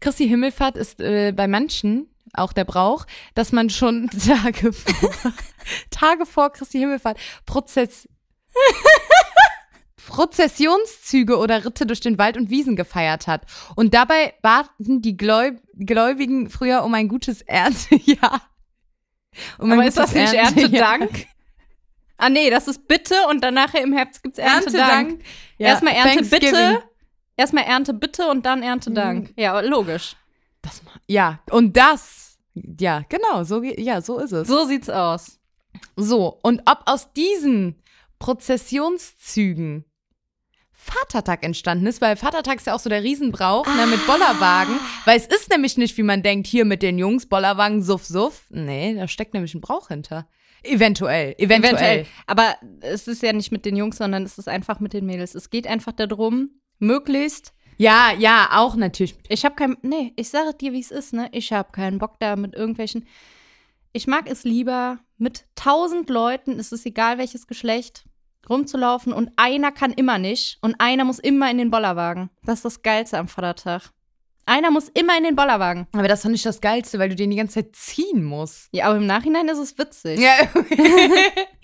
Christi Himmelfahrt ist äh, bei manchen auch der Brauch, dass man schon [laughs] Tage vor, [laughs] Tage vor Christi Himmelfahrt Prozess, [laughs] Prozessionszüge oder Ritte durch den Wald und Wiesen gefeiert hat. Und dabei baten die Gläu Gläubigen früher um ein gutes [laughs] Erntejahr. Um ein Aber ist das gutes nicht Erntejahr. Erntedank? Ah, nee, das ist Bitte und dann nachher im Herbst gibt's Erntedank. Erntedank. Ja, Erstmal Ernte Thanksgiving. Mhm. bitte. Erstmal Ernte bitte und dann Ernte Dank. Ja, logisch. Das ma- ja, und das Ja, genau, so, ge- ja, so ist es. So sieht's aus. So, und ob aus diesen Prozessionszügen Vatertag entstanden ist, weil Vatertag ist ja auch so der Riesenbrauch ne, mit Bollerwagen, weil es ist nämlich nicht, wie man denkt, hier mit den Jungs, Bollerwagen, suff, suff. Nee, da steckt nämlich ein Brauch hinter. Eventuell, eventuell. Eventuell. Aber es ist ja nicht mit den Jungs, sondern es ist einfach mit den Mädels. Es geht einfach darum, möglichst. Ja, ja, auch natürlich. Ich habe keinen. Nee, ich sage dir, wie es ist, ne? Ich habe keinen Bock da mit irgendwelchen. Ich mag es lieber, mit tausend Leuten, es ist egal welches Geschlecht, rumzulaufen und einer kann immer nicht und einer muss immer in den Bollerwagen. Das ist das Geilste am Vatertag. Einer muss immer in den Bollerwagen. Aber das ist doch nicht das Geilste, weil du den die ganze Zeit ziehen musst. Ja, aber im Nachhinein ist es witzig. Ja, [laughs]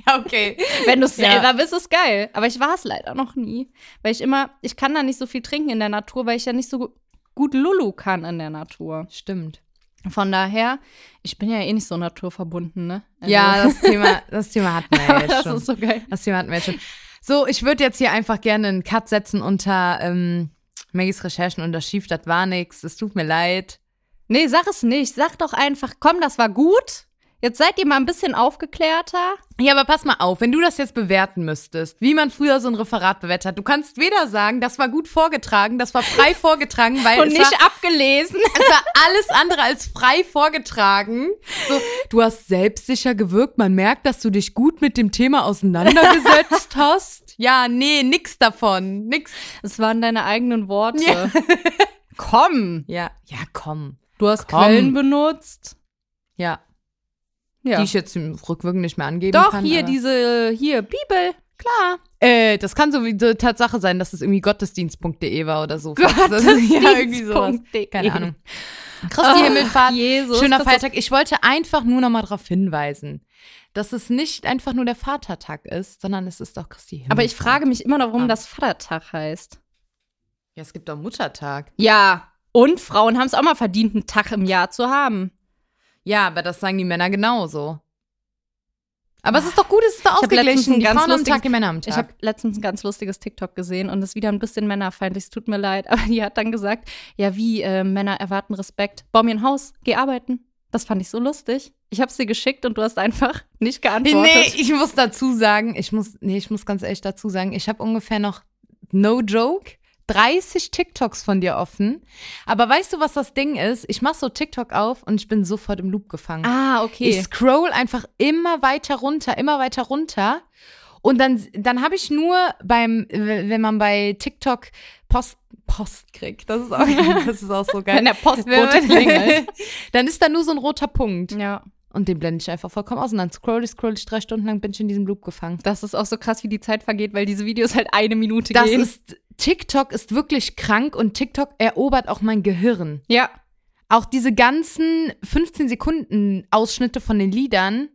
ja okay. Wenn du es Ja. selber bist, ist geil. Aber ich war es leider noch nie. Weil ich immer, ich kann da nicht so viel trinken in der Natur, weil ich ja nicht so gu- gut Lulu kann in der Natur. Stimmt. Von daher, ich bin ja eh nicht so naturverbunden, ne? Also- [laughs] Ja, das Thema, das Thema hatten wir ja aber jetzt das schon. ist so geil. Das Thema hatten wir jetzt schon. So, ich würde jetzt hier einfach gerne einen Cut setzen unter ähm, Maggies Recherchen unter Schief, das war nix, es tut mir leid. Nee, sag es nicht. Sag doch einfach, komm, das war gut. Jetzt seid ihr mal ein bisschen aufgeklärter. Ja, aber pass mal auf, wenn du das jetzt bewerten müsstest, wie man früher so ein Referat bewertet hat, du kannst weder sagen, das war gut vorgetragen, das [laughs] war frei vorgetragen, weil Und Äh, es, nicht war, abgelesen. [laughs] es war alles andere als frei vorgetragen. So, du hast selbstsicher gewirkt, man merkt, dass du dich gut mit dem [laughs] Thema auseinandergesetzt hast. Ja, nee, nix davon, nix. Es waren deine eigenen Worte. komm. Ja, ja, komm. Du hast Komm. Quellen benutzt. Ja, Ja. die ich jetzt im Rückwirken nicht mehr angeben doch, kann. hier aber- diese, hier, Bibel. Klar. Äh, das kann so wie so Tatsache sein, dass es irgendwie gottesdienst.de war oder so. [laughs] Ja, irgendwie sowas. Gottesdienst.de. Keine Ahnung. Oh, Christi Ach, Himmelfahrt, Oh, Jesus, schöner das ist- Feiertag. Ich wollte einfach nur noch mal darauf hinweisen, dass es nicht einfach nur der Vatertag ist, sondern es ist auch Christi Himmelfahrt. Aber ich frage mich immer noch, warum Ah. das Vatertag heißt. Ja, es gibt auch Muttertag. Ja. Und Frauen haben es auch mal verdient, einen Tag im Jahr zu haben. Ja, aber das sagen die Männer genauso. Aber es ist doch gut, es ist doch Ich hab letztens ausgeglichen. ein Die ganz Frauen am lustiges- Tag, die Männer am Tag. Ich habe letztens ein ganz lustiges TikTok gesehen und ist wieder ein bisschen männerfeindlich. Es tut mir leid, [laughs] aber die hat dann gesagt: Ja, wie äh, Männer erwarten Respekt. Bau mir ein Haus, geh arbeiten. Das fand ich so lustig. Ich habe es dir geschickt und du hast einfach nicht geantwortet. Nee, ich muss dazu sagen, ich muss, nee, ich muss ganz ehrlich dazu sagen, ich habe ungefähr noch, no joke, 30 TikToks von dir offen. Aber weißt du, was das Ding ist? Ich mache so TikTok auf und ich bin sofort im Loop gefangen. Ah, Ich okay. scroll einfach immer weiter runter, immer weiter runter. Und dann, dann habe ich nur beim, wenn man bei TikTok Post, Post kriegt, das ist auch, [laughs] das ist auch so [laughs] geil. Wenn der Postbote klingelt. dann ist da nur so ein roter Punkt. Ja, Und den blende ich einfach vollkommen aus. Und dann scroll ich, scroll ich drei Stunden lang, bin ich in diesem Loop gefangen. das ist auch so krass, wie die Zeit vergeht, weil diese Videos halt eine Minute Das gehen. ist, TikTok ist wirklich krank und TikTok erobert auch mein Gehirn. ja, Auch diese ganzen 15 Sekunden Ausschnitte von den Liedern.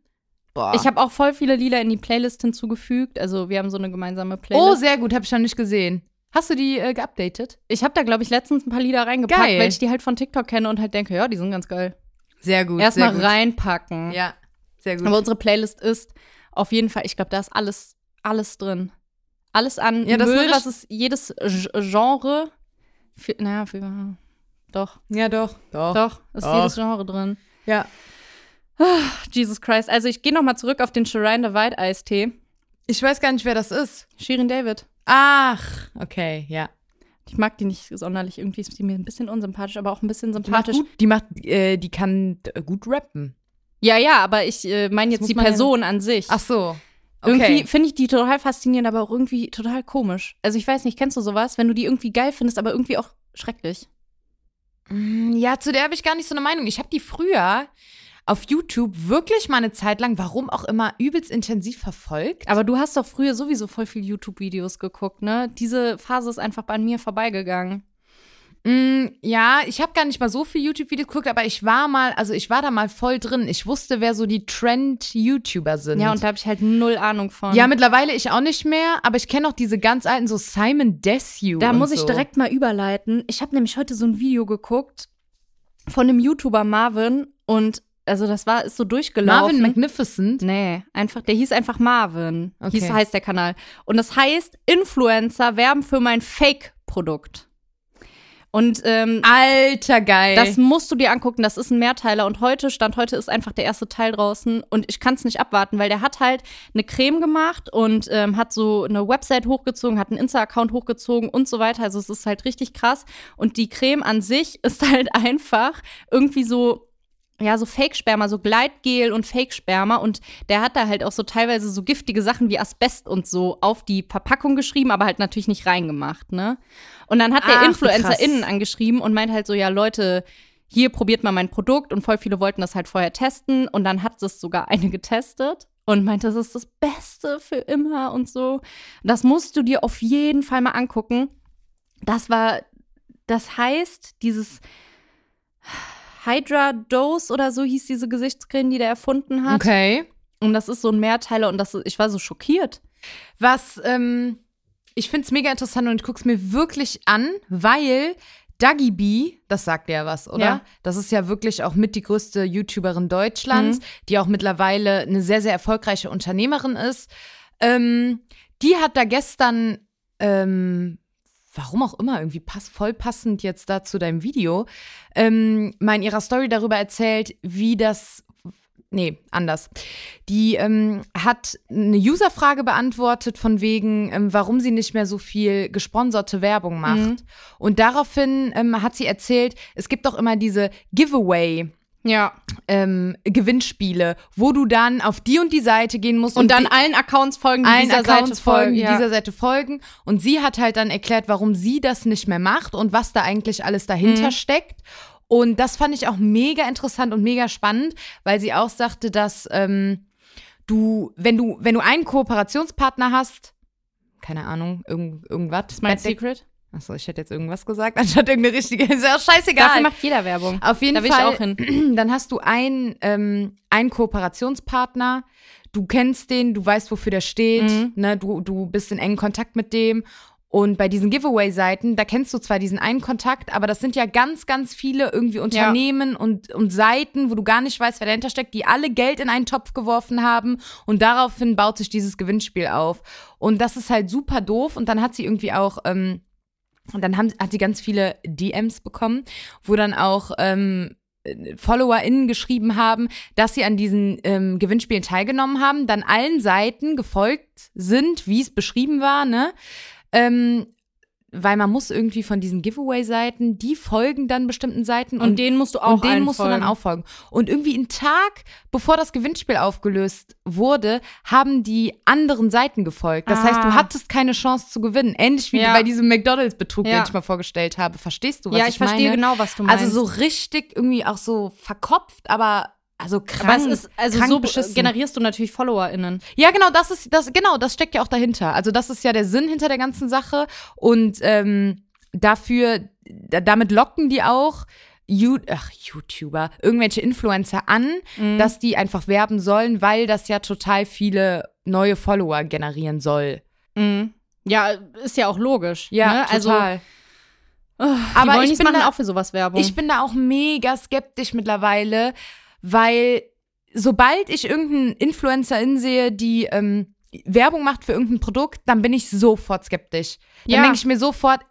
Boah. ich habe auch voll viele Lieder in die Playlist hinzugefügt. Also wir haben so eine gemeinsame oh, Playlist. sehr gut, habe ich noch nicht gesehen. Hast du die äh, geupdatet? ich habe da, glaube ich, letztens ein paar Lieder reingepackt, Geil. weil ich die halt von TikTok kenne und halt denke, ja, die sind ganz geil. Sehr gut. Erstmal reinpacken. Ja, sehr gut. Aber unsere Playlist ist auf jeden Fall, ich glaube, da ist alles, alles drin. Alles an Ja, das Müll, würde ich- was es jedes G- Genre für, naja, für, doch, ja, doch. Doch. doch, ist Doch. jedes Genre drin. Ja. Jesus Christ. Also ich gehe nochmal zurück auf den Shireen Divide Eistee. Ich weiß gar nicht, wer das ist. Shirin David. Ach, okay, ja. Ich mag die nicht sonderlich. Irgendwie ist die mir ein bisschen unsympathisch, aber auch ein bisschen Die macht, sympathisch. gut, die, macht äh, die kann äh, gut rappen. Ja, ja, aber ich äh, meine jetzt Das muss die man ja- Person an sich. Ach so. Irgendwie finde ich die total faszinierend, aber auch irgendwie total komisch. Also ich weiß nicht, kennst du sowas, wenn du die irgendwie geil findest, aber irgendwie auch schrecklich? Mm, Ja, zu der habe ich gar nicht so eine Meinung. Ich habe die früher auf YouTube wirklich mal eine Zeit lang, warum auch immer, übelst intensiv verfolgt. Aber du hast doch früher sowieso voll viel YouTube-Videos geguckt, ne? Diese Phase ist einfach an mir vorbeigegangen. Mm, ja, ich habe gar nicht mal so viel YouTube-Videos geguckt, aber ich war mal, also ich war da mal voll drin. Ich wusste, wer so die Trend-YouTuber sind. Ja, und da habe ich halt null Ahnung von. ja, mittlerweile ich auch nicht mehr, aber ich kenne auch diese ganz alten, so Simon Desue. Da und muss ich so. direkt mal überleiten. Ich habe nämlich heute so ein Video geguckt von einem YouTuber Marvin und also das war ist so durchgelaufen. Marvin Magnificent. Nee, einfach, der hieß einfach Marvin. Okay. Hieß, heißt der Kanal. Und das heißt, Influencer werben für mein Fake-Produkt. Und ähm, Alter, geil. das musst du dir angucken. Das ist ein Mehrteiler. Und heute, Stand heute, ist einfach der erste Teil draußen. Und ich kann es nicht abwarten, weil der hat halt eine Creme gemacht und ähm, hat so eine Website hochgezogen, hat einen Insta-Account hochgezogen und so weiter. Also es ist halt richtig krass. Und die Creme an sich ist halt [laughs] einfach irgendwie so. Ja, so Fake-Sperma, so Gleitgel und Fake-Sperma. Und der hat da halt auch so teilweise so giftige Sachen wie Asbest und so auf die Verpackung geschrieben, aber halt natürlich nicht reingemacht, ne? Und dann hat der Ach, wie InfluencerInnen krass. angeschrieben und meint halt so, ja, Leute, hier probiert mal mein Produkt und voll viele wollten das halt vorher testen und dann hat es sogar eine getestet und meinte, das ist das Beste für immer und so. Das musst du dir auf jeden Fall mal angucken. Das war, das heißt, dieses Hydra Dose oder so hieß diese Gesichtscreme, die der erfunden hat. okay. Und das ist so ein Mehrteiler und das, ist- ich war so schockiert. Was, ähm, ich finde es mega interessant und ich gucke es mir wirklich an, weil Dagi B, das sagt ja was, oder? Ja. Das ist ja wirklich auch mit die größte YouTuberin Deutschlands, Mhm. die auch mittlerweile eine sehr, sehr erfolgreiche Unternehmerin ist. Ähm, die hat da gestern, ähm, warum auch immer, irgendwie pass voll passend jetzt da zu deinem Video, ähm, mal in ihrer Story darüber erzählt, wie das. Nee, anders. Die ähm, hat eine Userfrage beantwortet, von wegen, ähm, warum sie nicht mehr so viel gesponserte Werbung macht. Mhm. Und daraufhin ähm, hat sie erzählt, es gibt doch immer diese Giveaway. Ja. Ähm, Gewinnspiele, wo du dann auf die und die Seite gehen musst Und, dann die- allen Accounts folgen, die allen dieser Seite Accounts folgen, folgen. die Ja. dieser Seite folgen. Und sie hat halt dann erklärt, warum sie das nicht mehr macht und was da eigentlich alles dahinter Mhm. steckt. Und das fand ich auch mega interessant und mega spannend, weil sie auch sagte, dass ähm, du, wenn du, wenn du einen Kooperationspartner hast, keine Ahnung, irgend, irgendwas. das ist mein Secret. Achso, ich hätte jetzt irgendwas gesagt, [laughs] anstatt irgendeine richtige. Ist ja auch scheißegal. Dafür macht jeder Werbung. Auf jeden Da will ich Fall. auch hin. [clears throat] Dann hast du einen, ähm, einen Kooperationspartner. Du kennst den, du weißt, wofür der steht. Mhm. Ne? Du, du bist in engen Kontakt mit dem. Und bei diesen Giveaway-Seiten, da kennst du zwar diesen einen Kontakt, aber das sind ja ganz, ganz viele irgendwie Unternehmen und, und Seiten, wo du gar nicht weißt, wer dahinter steckt, die alle Geld in einen Topf geworfen haben. Und daraufhin baut sich dieses Gewinnspiel auf. Und das ist halt super doof. Und dann hat sie irgendwie auch. Ähm, und dann haben, hat sie ganz viele DMs bekommen, wo dann auch ähm, FollowerInnen geschrieben haben, dass sie an diesen ähm, Gewinnspielen teilgenommen haben, dann allen Seiten gefolgt sind, wie es beschrieben war, ne? Ähm, weil man muss irgendwie von diesen Giveaway-Seiten, die folgen dann bestimmten Seiten Und, denen musst du auch und denen allen musst folgen. du dann auch folgen. Und irgendwie einen Tag, bevor das Gewinnspiel aufgelöst wurde, haben die anderen Seiten gefolgt. Das Ah. heißt, du hattest keine Chance zu gewinnen. Ähnlich wie Ja. bei diesem McDonalds-Betrug, Ja. den ich mal vorgestellt habe. Verstehst du, was Ja, ich, ich verstehe meine? genau, was du meinst. Also so richtig irgendwie auch so verkopft, aber also Aber krank. es ist, also krank so beschissen. generierst du natürlich FollowerInnen. Ja, genau, das ist das, genau, das steckt ja auch dahinter. Also das ist ja der Sinn hinter der ganzen Sache. Und ähm, dafür, da, damit locken die auch You Ach, YouTuber, irgendwelche Influencer an, dass die einfach werben sollen, weil das ja total viele neue Follower generieren soll. Mhm. Ja, ist ja auch logisch. ne? Ja, also, total. Oh, Die Aber wollen ich nicht bin machen da- auch für sowas Werbung. Ich bin da auch mega skeptisch mittlerweile, weil sobald ich irgendeinen Influencerin sehe, die ähm, Werbung macht für irgendein Produkt, dann bin ich sofort skeptisch. Dann Ja. denke ich mir sofort,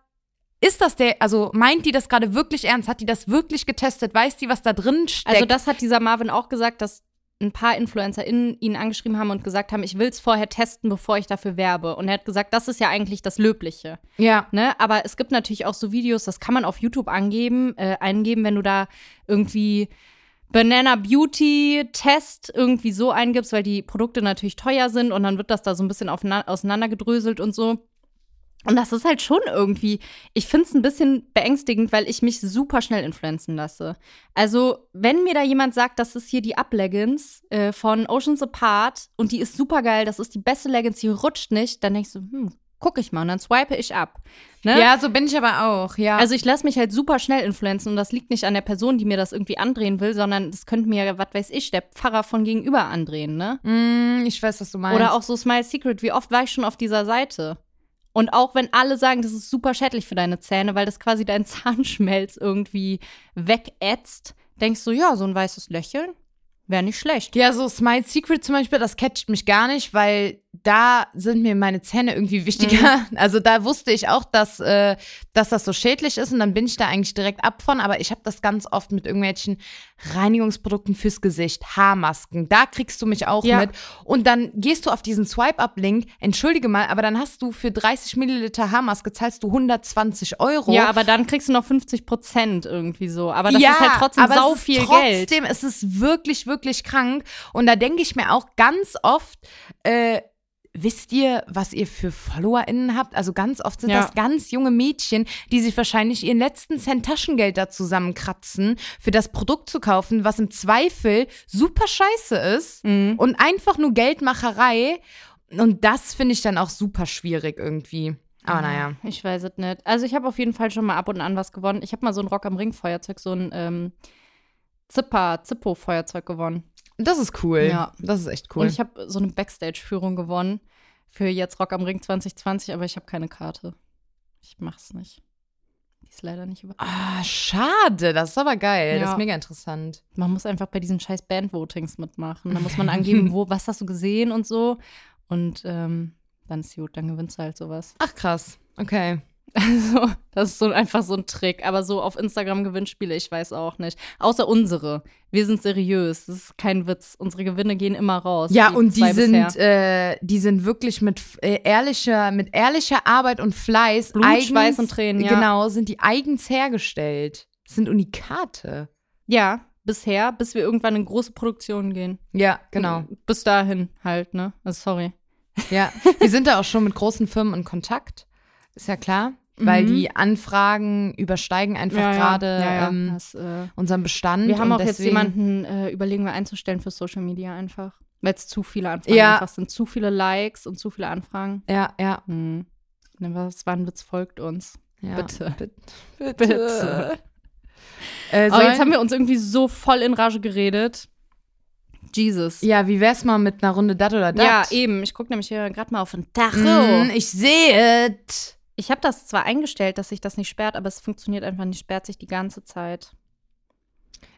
ist das der, also meint die das gerade wirklich ernst? Hat die das wirklich getestet? Weiß die, was da drin steckt? also das hat dieser Marvin auch gesagt, dass ein paar InfluencerInnen ihn angeschrieben haben und gesagt haben, ich will es vorher testen, bevor ich dafür werbe. Und er hat gesagt, das ist ja eigentlich das Löbliche. ja. Ne? Aber es gibt natürlich auch so Videos, das kann man auf YouTube angeben, äh, eingeben, wenn du da irgendwie Banana Beauty Test irgendwie so eingibst, weil die Produkte natürlich teuer sind und dann wird das da so ein bisschen aufeina- auseinandergedröselt und so. Und das ist halt schon irgendwie, ich finde es ein bisschen beängstigend, weil ich mich super schnell influenzen lasse. Also, wenn mir da jemand sagt, das ist hier die Up-Leggings äh, von Oceans Apart und die ist super geil, das ist die beste Leggings, die rutscht nicht, dann denkst du, hm, guck ich mal und dann swipe ich ab. Ne? Ja, so bin ich aber auch, ja. Also ich lasse mich halt super schnell influenzen und das liegt nicht an der Person, die mir das irgendwie andrehen will, sondern das könnte mir, ja, was weiß ich, der Pfarrer von gegenüber andrehen, ne? Mm, ich weiß, was du meinst. Oder auch so Smile Secret, wie oft war ich schon auf dieser Seite? Und auch wenn alle sagen, das ist super schädlich für deine Zähne, weil das quasi deinen [laughs] Zahnschmelz irgendwie wegätzt, denkst du, ja, so ein weißes Lächeln wäre nicht schlecht. Ja, so Smile Secret zum Beispiel, das catcht mich gar nicht, weil da sind mir meine Zähne irgendwie wichtiger. Mhm. [laughs] Also da wusste ich auch, dass, äh, dass das so schädlich ist und dann bin ich da eigentlich direkt ab von. Aber ich habe das ganz oft mit irgendwelchen Reinigungsprodukten fürs Gesicht, Haarmasken. Da kriegst du mich auch Ja. mit. Und dann gehst du auf diesen Swipe-Up-Link, entschuldige mal, aber dann hast du für 30 Milliliter Haarmaske zahlst du 120 Euro. Ja, aber dann kriegst du noch 50 Prozent irgendwie so. Aber das ist halt trotzdem aber sau es ist viel Geld. trotzdem, es ist wirklich, wirklich krank. Und da denke ich mir auch ganz oft, äh, wisst ihr, was ihr für FollowerInnen habt? Also ganz oft sind Ja. das ganz junge Mädchen, die sich wahrscheinlich ihren letzten Cent Taschengeld da zusammenkratzen, für das Produkt zu kaufen, was im Zweifel super scheiße ist Mhm. und einfach nur Geldmacherei. Und das finde ich dann auch super schwierig irgendwie. Aber naja. Ich weiß es nicht. Also ich habe auf jeden Fall schon mal ab und an was gewonnen. Ich habe mal so ein Rock am Ring Feuerzeug, so ein ähm, Zipper, Zippo Feuerzeug gewonnen. Das ist cool. Ja. Das ist echt cool. Und ich habe so eine Backstage Führung gewonnen für jetzt Rock am Ring 2020, aber ich habe keine Karte. Ich mach's nicht. Die ist leider nicht über. Ah, schade. Das ist aber geil. Das Ja. ist mega interessant. Man muss einfach bei diesen scheiß Bandvotings mitmachen. Da muss man angeben, wo, was hast du gesehen und so. Und ähm, dann ist gut, dann gewinnst du halt sowas. Ach, krass. Okay. Also, [laughs] das ist so einfach so ein Trick. Aber so auf Instagram Gewinnspiele, ich weiß auch nicht. Außer unsere. Wir sind seriös. Das ist kein Witz. Unsere Gewinne gehen immer raus. Ja, und die zwei sind, bisher. äh, die sind wirklich mit äh, ehrlicher, mit ehrlicher Arbeit und Fleiß, Blut, Schweiß und Tränen, ja. Genau, sind die eigens hergestellt. Sind Unikate. Ja, bisher, bis wir irgendwann in große Produktionen gehen. Ja, genau. Bis dahin halt, ne? Also, sorry. Ja, wir sind da auch schon mit großen Firmen in Kontakt. Ist ja klar, weil Mhm. die Anfragen übersteigen einfach gerade ja, ja. ähm, Das, äh, unseren Bestand. wir haben auch und jetzt deswegen, jemanden, äh, überlegen wir einzustellen für Social Media einfach. Weil es zu viele Anfragen Ja. einfach sind. Zu viele Likes und zu viele Anfragen. Ja, ja, Hm. Das war ein Witz, folgt uns. ja. Bitte. Bitte. Bitte. Äh, Aber jetzt sollen- haben wir uns irgendwie so voll in Rage geredet. Jesus. Ja, wie wär's mal mit einer Runde dat oder Ja, dat? eben. Ich gucke nämlich hier gerade mal auf den Mhm, Tacho. ich sehe es. Ich habe das zwar eingestellt, dass sich das nicht sperrt, aber es funktioniert einfach nicht, sperrt sich die ganze Zeit.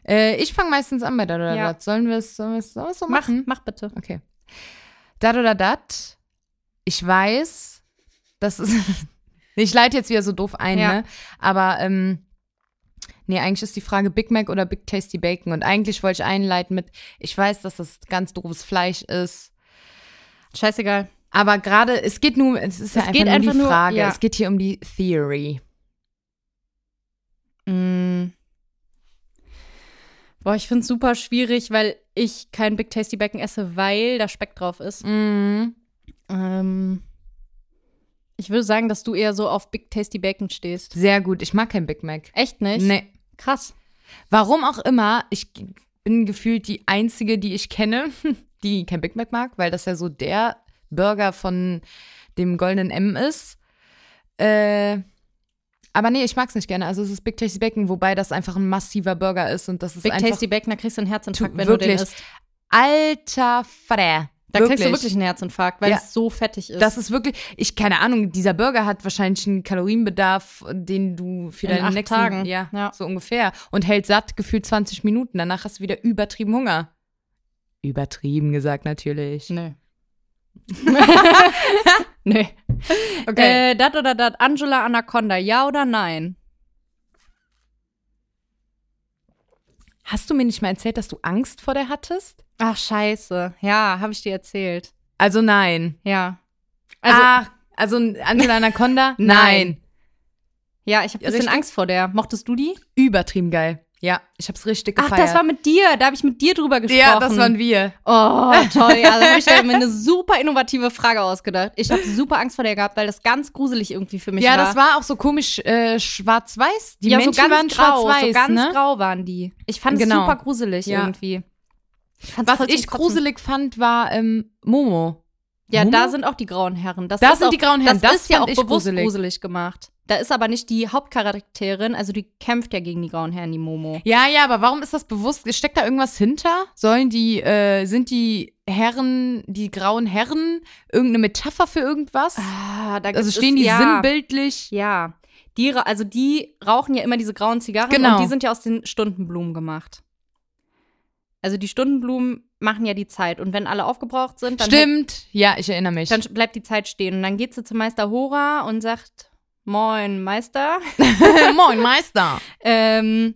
Äh, ich fange meistens an bei dat oder Ja. dat. Sollen wir es sollen wir's- sollen wir's so Mach, machen? mach bitte. Okay. Dat oder dat. Ich weiß, das ist. [laughs] ich leite jetzt wieder so doof ein, Ja. ne? Aber, ähm. Nee, eigentlich ist die Frage Big Mac oder Big Tasty Bacon. Und eigentlich wollte ich einleiten mit, ich weiß, dass das ganz doofes Fleisch ist. Scheißegal. Aber gerade, es geht nur, es ist ja Es einfach, geht nur einfach um die nur- Frage. ja. Es geht hier um die Theory. Mm. Boah, ich finde es super schwierig, weil ich kein Big Tasty Bacon esse, weil da Speck drauf ist. Mhm. Ähm, ich würde sagen, dass du eher so auf Big Tasty Bacon stehst. Sehr gut. Ich mag kein Big Mac. Echt nicht? Nee. Krass. Warum auch immer, ich g- bin gefühlt die einzige, die ich kenne, [laughs] die kein Big Mac mag, weil das ja so der Burger von dem goldenen M ist. Äh, aber nee, ich mag es nicht gerne. Also es ist Big Tasty Bacon, wobei das einfach ein massiver Burger ist und das ist Big einfach Tasty Bacon, da kriegst du einen Herzinfarkt, Tu- wenn du den wirklich. isst. alter Frä. Da kriegst du wirklich einen Herzinfarkt, weil Ja. es so fettig ist. Das ist wirklich, ich keine Ahnung, dieser Burger hat wahrscheinlich einen Kalorienbedarf, den du für In deine acht nächsten Tagen. Ja, Ja. so ungefähr und hält satt gefühlt 20 Minuten. Danach hast du wieder übertrieben Hunger. Übertrieben gesagt natürlich. Nö. [laughs] Nö. Äh, dat oder dat, Angela Anaconda, ja oder nein? Hast du mir nicht mal erzählt, dass du Angst vor der hattest? Ach, scheiße. Ja, habe ich dir erzählt. Also nein. Ja. Also, Ach, also Angela Anaconda? [laughs] Nein. ja, ich habe ein bisschen richtig? Angst vor der. Mochtest du die? Übertrieben geil. Ja, ich hab's richtig gefeiert. Ach, das war mit dir. Da habe ich mit dir drüber gesprochen. Ja, das waren wir. Oh, toll. Ja, da habe ich mir eine super innovative Frage ausgedacht. Ich habe super Angst vor der gehabt, weil das ganz gruselig irgendwie für mich ja, war. das war auch so komisch äh, schwarz-weiß. Die ja, Menschen so ganz waren grau, schwarz-weiß, so ganz ne? grau waren die. Ich fand es Genau. super gruselig Ja. irgendwie. Ich fand's Was voll zum ich Kotzen. gruselig fand, war ähm, Momo. Ja, Momo? da sind auch Hm? die grauen Herren. Das Da ist sind auch, die grauen Herren. Das, Das ist ja auch fand ich bewusst gruselig. gruselig. gemacht. Da ist aber nicht die Hauptcharakterin, also die kämpft ja gegen die grauen Herren, die Momo. Ja, ja, aber warum ist das bewusst? Steckt da irgendwas hinter? Sollen die, äh, sind die Herren, die grauen Herren, irgendeine Metapher für irgendwas? Ah, da Also stehen die ja, sinnbildlich? Ja. Die, ra- also die rauchen ja immer diese grauen Zigarren Genau. und die sind ja aus den Stundenblumen gemacht. Also die Stundenblumen machen ja die Zeit. Und wenn alle aufgebraucht sind, dann, Stimmt. Ja, ich erinnere mich. dann bleibt die Zeit stehen. Und dann geht sie zu Meister Hora und sagt, Moin, Meister. [laughs] [laughs] Moin, Meister. Ähm,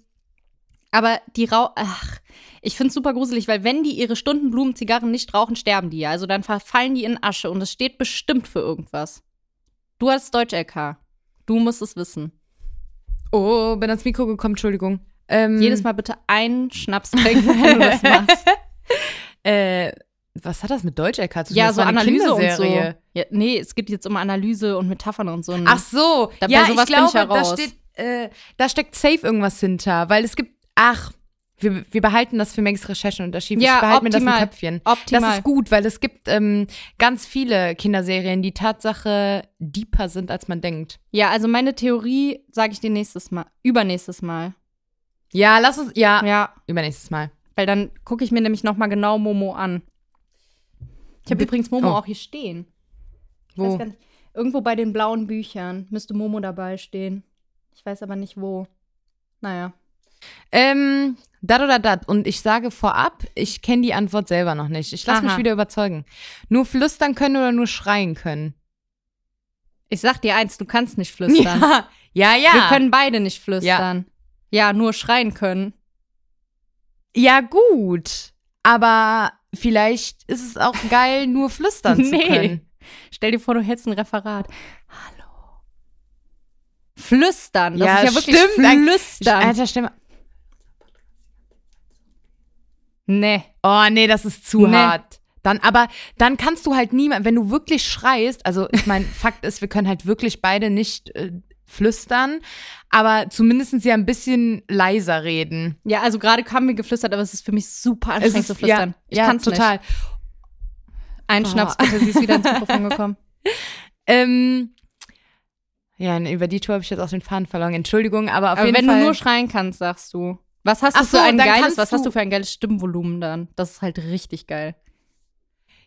aber die Rauch. Ach, ich finde es super gruselig, weil wenn die ihre Stundenblumen, Zigarren nicht rauchen, sterben die ja. Also dann verfallen die in Asche und es steht bestimmt für irgendwas. Du hast Deutsch-LK. Du musst es wissen. Oh, bin ans Mikro gekommen, Entschuldigung. Ähm, Jedes Mal bitte einen Schnaps trinken, wenn du [laughs] das machst. Äh, was hat das mit Deutsch LK zu tun? ja, Das so war eine Analyse und so. Kinderserie. Ja, nee, es geht jetzt um Analyse und Metaphern und so. Ach so, Hm. Da- bei ja, sowas ich bin ich glaube, ja da, raus. steht, äh, da steckt safe irgendwas hinter, weil es gibt, ach, wir, wir behalten das für Mengs Recherchen und Archiv. Ja, ich behalte mir das im optimal. Köpfchen. Optimal. Das ist gut, weil es gibt ähm, ganz viele Kinderserien, die Tatsache deeper sind, als man denkt. ja, also meine Theorie sage ich dir nächstes Mal, übernächstes Mal. Ja, lass uns, ja, Ja, übernächstes Mal. weil dann gucke ich mir nämlich noch mal genau Momo an. Ich habe Bi- übrigens Momo Oh. auch hier stehen. Ich Wo? Weiß gar nicht. Irgendwo bei den blauen Büchern müsste Momo dabei stehen. Ich weiß aber nicht wo. Naja. Ähm, dat oder dat. Und ich sage vorab, ich kenne die Antwort selber noch nicht. Ich lasse Aha. mich wieder überzeugen. Nur flüstern können oder nur schreien können. Ich sag dir eins, du kannst [laughs] nicht flüstern. ja, ja. Wir können beide nicht flüstern. Ja. nur schreien können. ja, gut. Aber vielleicht ist es auch geil, nur flüstern [laughs] zu Nee. können. Stell dir vor, du hältst ein Referat. Hallo. Flüstern. Das Ja, ist ja wirklich stimmt. Ein- flüstern. Alter, Stimme. Nee. Oh, nee, das ist zu Nee. hart. Dann, aber dann kannst du halt niemand, wenn du wirklich schreist, also ich meine, [laughs] Fakt ist, wir können halt wirklich beide nicht äh, flüstern, aber zumindest ja ein bisschen leiser reden. Ja, also gerade kam mir geflüstert, aber es ist für mich super Es anstrengend ist- zu flüstern. Ja, ich ja, kann's total. nicht. Ein Boah. Schnaps, bitte, sie ist [laughs] wieder ins Mikrofon gekommen. Ähm, ja, nee, über die Tour habe ich jetzt auch den Faden verloren. Entschuldigung, aber auf Aber jeden wenn Fall. du nur schreien kannst, sagst du. Was hast du Ach so, für ein dann geiles, kannst was hast du- du für ein geiles Stimmvolumen dann? Das ist halt richtig geil.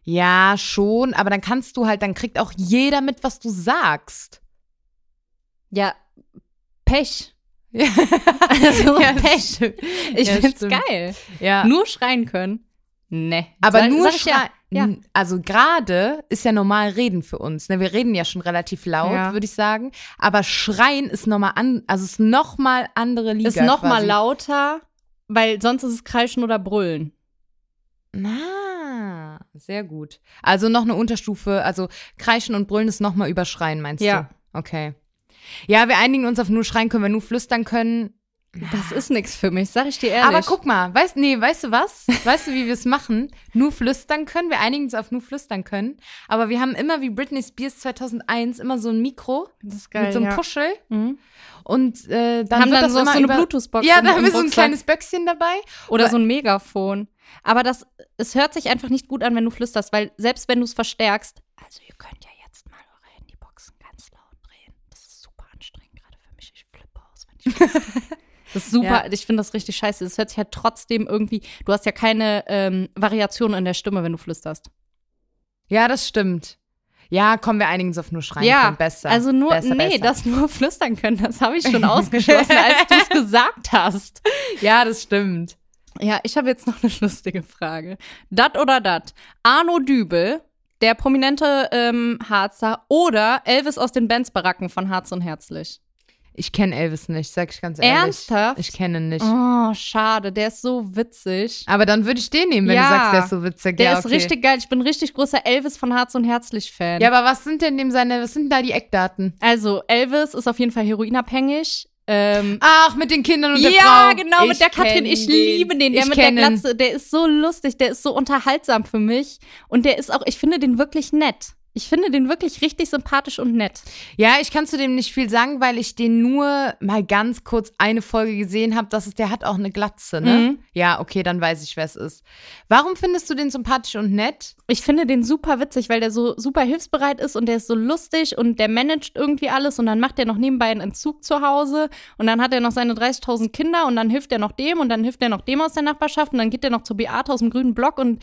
ja, schon, aber dann kannst du halt, dann kriegt auch jeder mit, was du sagst. Ja, Pech. [laughs] Ja. Also Ja, Pech. Ich Ja, find's stimmt. geil. Ja. Nur schreien können? Nee. aber Sag- nur sag ich ja. schreien. Also gerade ist ja normal reden für uns. Ne? Wir reden ja schon relativ laut, Ja. würde ich sagen. Aber schreien ist nochmal an, also ist nochmal andere Liga. Ist noch mal quasi. lauter, weil sonst ist es Kreischen oder Brüllen. Na, sehr gut. Also noch eine Unterstufe, also kreischen und brüllen ist nochmal über Schreien, meinst Ja. du? Okay. Ja, wir einigen uns auf nur schreien können, wir nur flüstern können. Das ist nichts für mich, sag ich dir ehrlich. Aber guck mal, weißt, nee, weißt du was? Weißt du, wie wir es machen? [laughs] Nur flüstern können, wir einigen uns auf nur flüstern können. Aber wir haben immer wie Britney Spears 2001 immer so ein Mikro das ist mit so einem Puschel Mhm. und äh, dann Haben dann wird das so, so immer eine über Bluetooth-Box. ja, im- da haben im wir so ein Rucksack. kleines Böckchen dabei. Oder so ein Megafon. Aber das, es hört sich einfach nicht gut an, wenn du flüsterst, weil selbst wenn du es verstärkst, also ihr könnt ja jetzt mal eure Handyboxen ganz laut drehen. Das ist super anstrengend, gerade für mich. Ich flippe aus, wenn ich flüstere. [laughs] Das ist super, ich finde das richtig scheiße. Das hört sich halt trotzdem irgendwie, du hast ja keine ähm, Variation in der Stimme, wenn du flüsterst. Ja, das stimmt. Ja, kommen wir einigen uns auf nur schreien ja, können. Besser. also nur, besser, nee, besser. das nur flüstern können, das habe ich [laughs] schon ausgeschlossen, als du es gesagt hast. Ja, das stimmt. Ja, ich habe jetzt noch eine [laughs] lustige Frage. Dat oder dat? Arno Dübel, der prominente ähm, Harzer, oder Elvis aus den Bandsbaracken von Harz und Herzlich? Ich kenne Elvis nicht, sag ich ganz ehrlich. Ernsthaft? Ich kenne ihn nicht. Oh, schade, der ist so witzig. Aber dann würde ich den nehmen, wenn Ah, Ja. du sagst, der ist so witzig. Der ja, ist okay. richtig geil. Ich bin ein richtig großer Elvis von Harz und Herzlich-Fan. Ja, aber was sind denn dem seine, was sind da die Eckdaten? also, Elvis ist auf jeden Fall heroinabhängig. Ähm, Ach, mit den Kindern und der Frau. ja, genau, mit Ich der Katrin. kenn Ich liebe den. Der ich mit der kenn ihn. Glatze, der ist so lustig, der ist so unterhaltsam für mich. Und der ist auch, ich finde den wirklich nett. Ich finde den wirklich richtig sympathisch und nett. Ja, ich kann zu dem nicht viel sagen, weil ich den nur mal ganz kurz eine Folge gesehen habe. Das ist, der hat auch eine Glatze, ne? Mhm. Ja, okay, dann weiß ich, wer es ist. Warum findest du den sympathisch und nett? Ich finde den super witzig, weil der so super hilfsbereit ist und der ist so lustig und der managt irgendwie alles und dann macht er noch nebenbei einen Entzug zu Hause und dann hat er noch seine 30.000 Kinder und dann hilft er noch dem und dann hilft er noch dem aus der Nachbarschaft und dann geht er noch zu Beate aus dem grünen Block und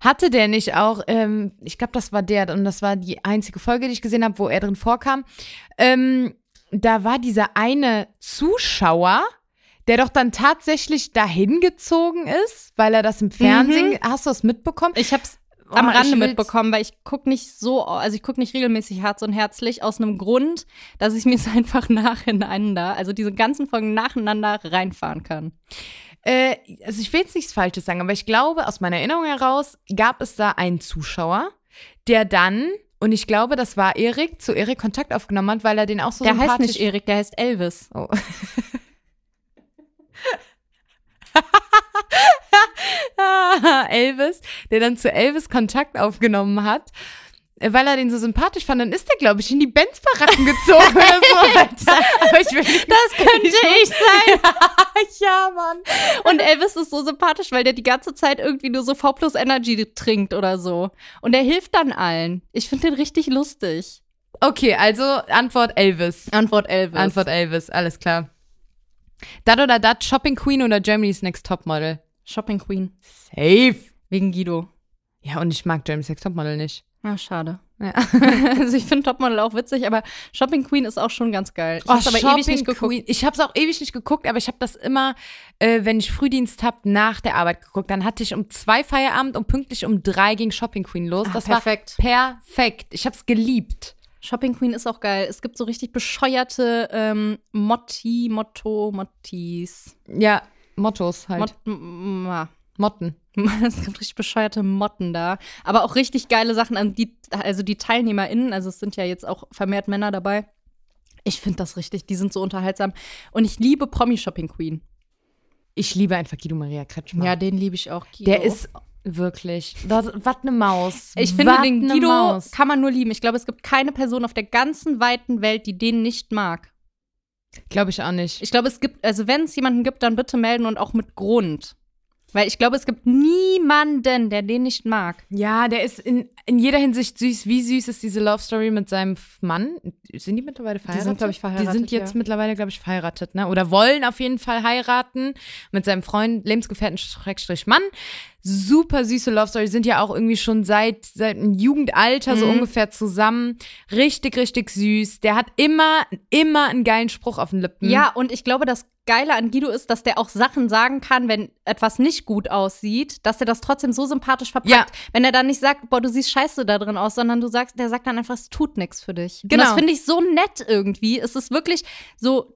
Hatte der nicht auch, ähm, ich glaube, das war der, und das war die einzige Folge, die ich gesehen habe, wo er drin vorkam. Ähm, da war dieser eine Zuschauer, der doch dann tatsächlich dahin gezogen ist, weil er Mhm. das im Fernsehen. Hast du das mitbekommen? Ich hab's Oh, am ich Rande will's- mitbekommen, weil ich gucke nicht so, also ich gucke nicht regelmäßig Herz und Herzlich aus einem Grund, dass ich mir es [laughs] einfach nacheinander, also diese ganzen Folgen nacheinander reinfahren kann. Äh, also ich will jetzt nichts Falsches sagen, aber ich glaube, aus meiner Erinnerung heraus gab es da einen Zuschauer, der dann, und ich glaube, das war Erik, zu Erik Kontakt aufgenommen hat, weil er den auch so der sympathisch heißt nicht Erik, der heißt Elvis. Oh. [laughs] Elvis, der dann zu Elvis Kontakt aufgenommen hat, äh, weil er den so sympathisch fand, dann ist der, glaube ich, in die Benz-Baracken gezogen oder so. [laughs] Alter. Aber ich will nicht Das könnte ich sein. ja, Mann. [laughs] Und Elvis ist so sympathisch, weil der die ganze Zeit irgendwie nur so V plus Energy trinkt oder so. Und er hilft dann allen. Ich finde den richtig lustig. Okay, also Antwort Elvis. Antwort Elvis. Antwort Elvis, alles klar. Dat oder dat, Shopping Queen oder Germany's Next Topmodel? Shopping Queen. Safe. Wegen Guido. Ja, und ich mag Germany's Next Topmodel nicht. Ah, schade. Ja. [laughs] also ich finde Topmodel auch witzig, aber Shopping Queen ist auch schon ganz geil. Ich Oh, hab's aber ewig Shopping nicht geguckt. Queen. Ich habe es auch ewig nicht geguckt, aber ich habe das immer, äh, wenn ich Frühdienst hab, nach der Arbeit geguckt. Dann hatte ich um zwei Feierabend und pünktlich um drei ging Shopping Queen los. Ah, das perfekt. war perfekt. Ich habe es geliebt. Shopping Queen ist auch geil. Es gibt so richtig bescheuerte ähm, Motti, Motto, Mottis. Ja, Mottos halt. Mot m- m- ah. Motten. [laughs] es gibt richtig bescheuerte Motten da. Aber auch richtig geile Sachen. an die- Also die TeilnehmerInnen, also es sind ja jetzt auch vermehrt Männer dabei. Ich finde das richtig. Die sind so unterhaltsam. Und ich liebe Promi-Shopping Queen. Ich liebe einfach Guido Maria Kretschmer. Ja, den liebe ich auch. Guido. der ist wirklich. Das, wat ne Maus. Ich finde, Wat den ne Guido Maus. kann man nur lieben. Ich glaube, es gibt keine Person auf der ganzen weiten Welt, die den nicht mag. Glaube ich auch nicht. Ich glaube, es gibt, also wenn es jemanden gibt, dann bitte melden und auch mit Grund. Weil ich glaube, es gibt niemanden, der den nicht mag. Ja, der ist in, in jeder Hinsicht süß. Wie süß ist diese Love Story mit seinem F- Mann? Sind die mittlerweile verheiratet? glaub ich, verheiratet, Die sind jetzt ja. mittlerweile, glaube ich, verheiratet, ne? Oder wollen auf jeden Fall heiraten mit seinem Freund, Lebensgefährten Schrägstrich Mann. Super süße Love Story, sind ja auch irgendwie schon seit, seit dem Jugendalter Mhm. so ungefähr zusammen. Richtig, richtig süß. Der hat immer, immer einen geilen Spruch auf den Lippen. Ja, und ich glaube, das Geile an Guido ist, dass der auch Sachen sagen kann, wenn etwas nicht gut aussieht, dass der das trotzdem so sympathisch verpackt. Ja. Wenn er dann nicht sagt, boah, du siehst scheiße da drin aus, sondern du sagst, der sagt dann einfach, es tut nichts für dich. Genau. Und das finde ich so nett irgendwie. Es ist wirklich so,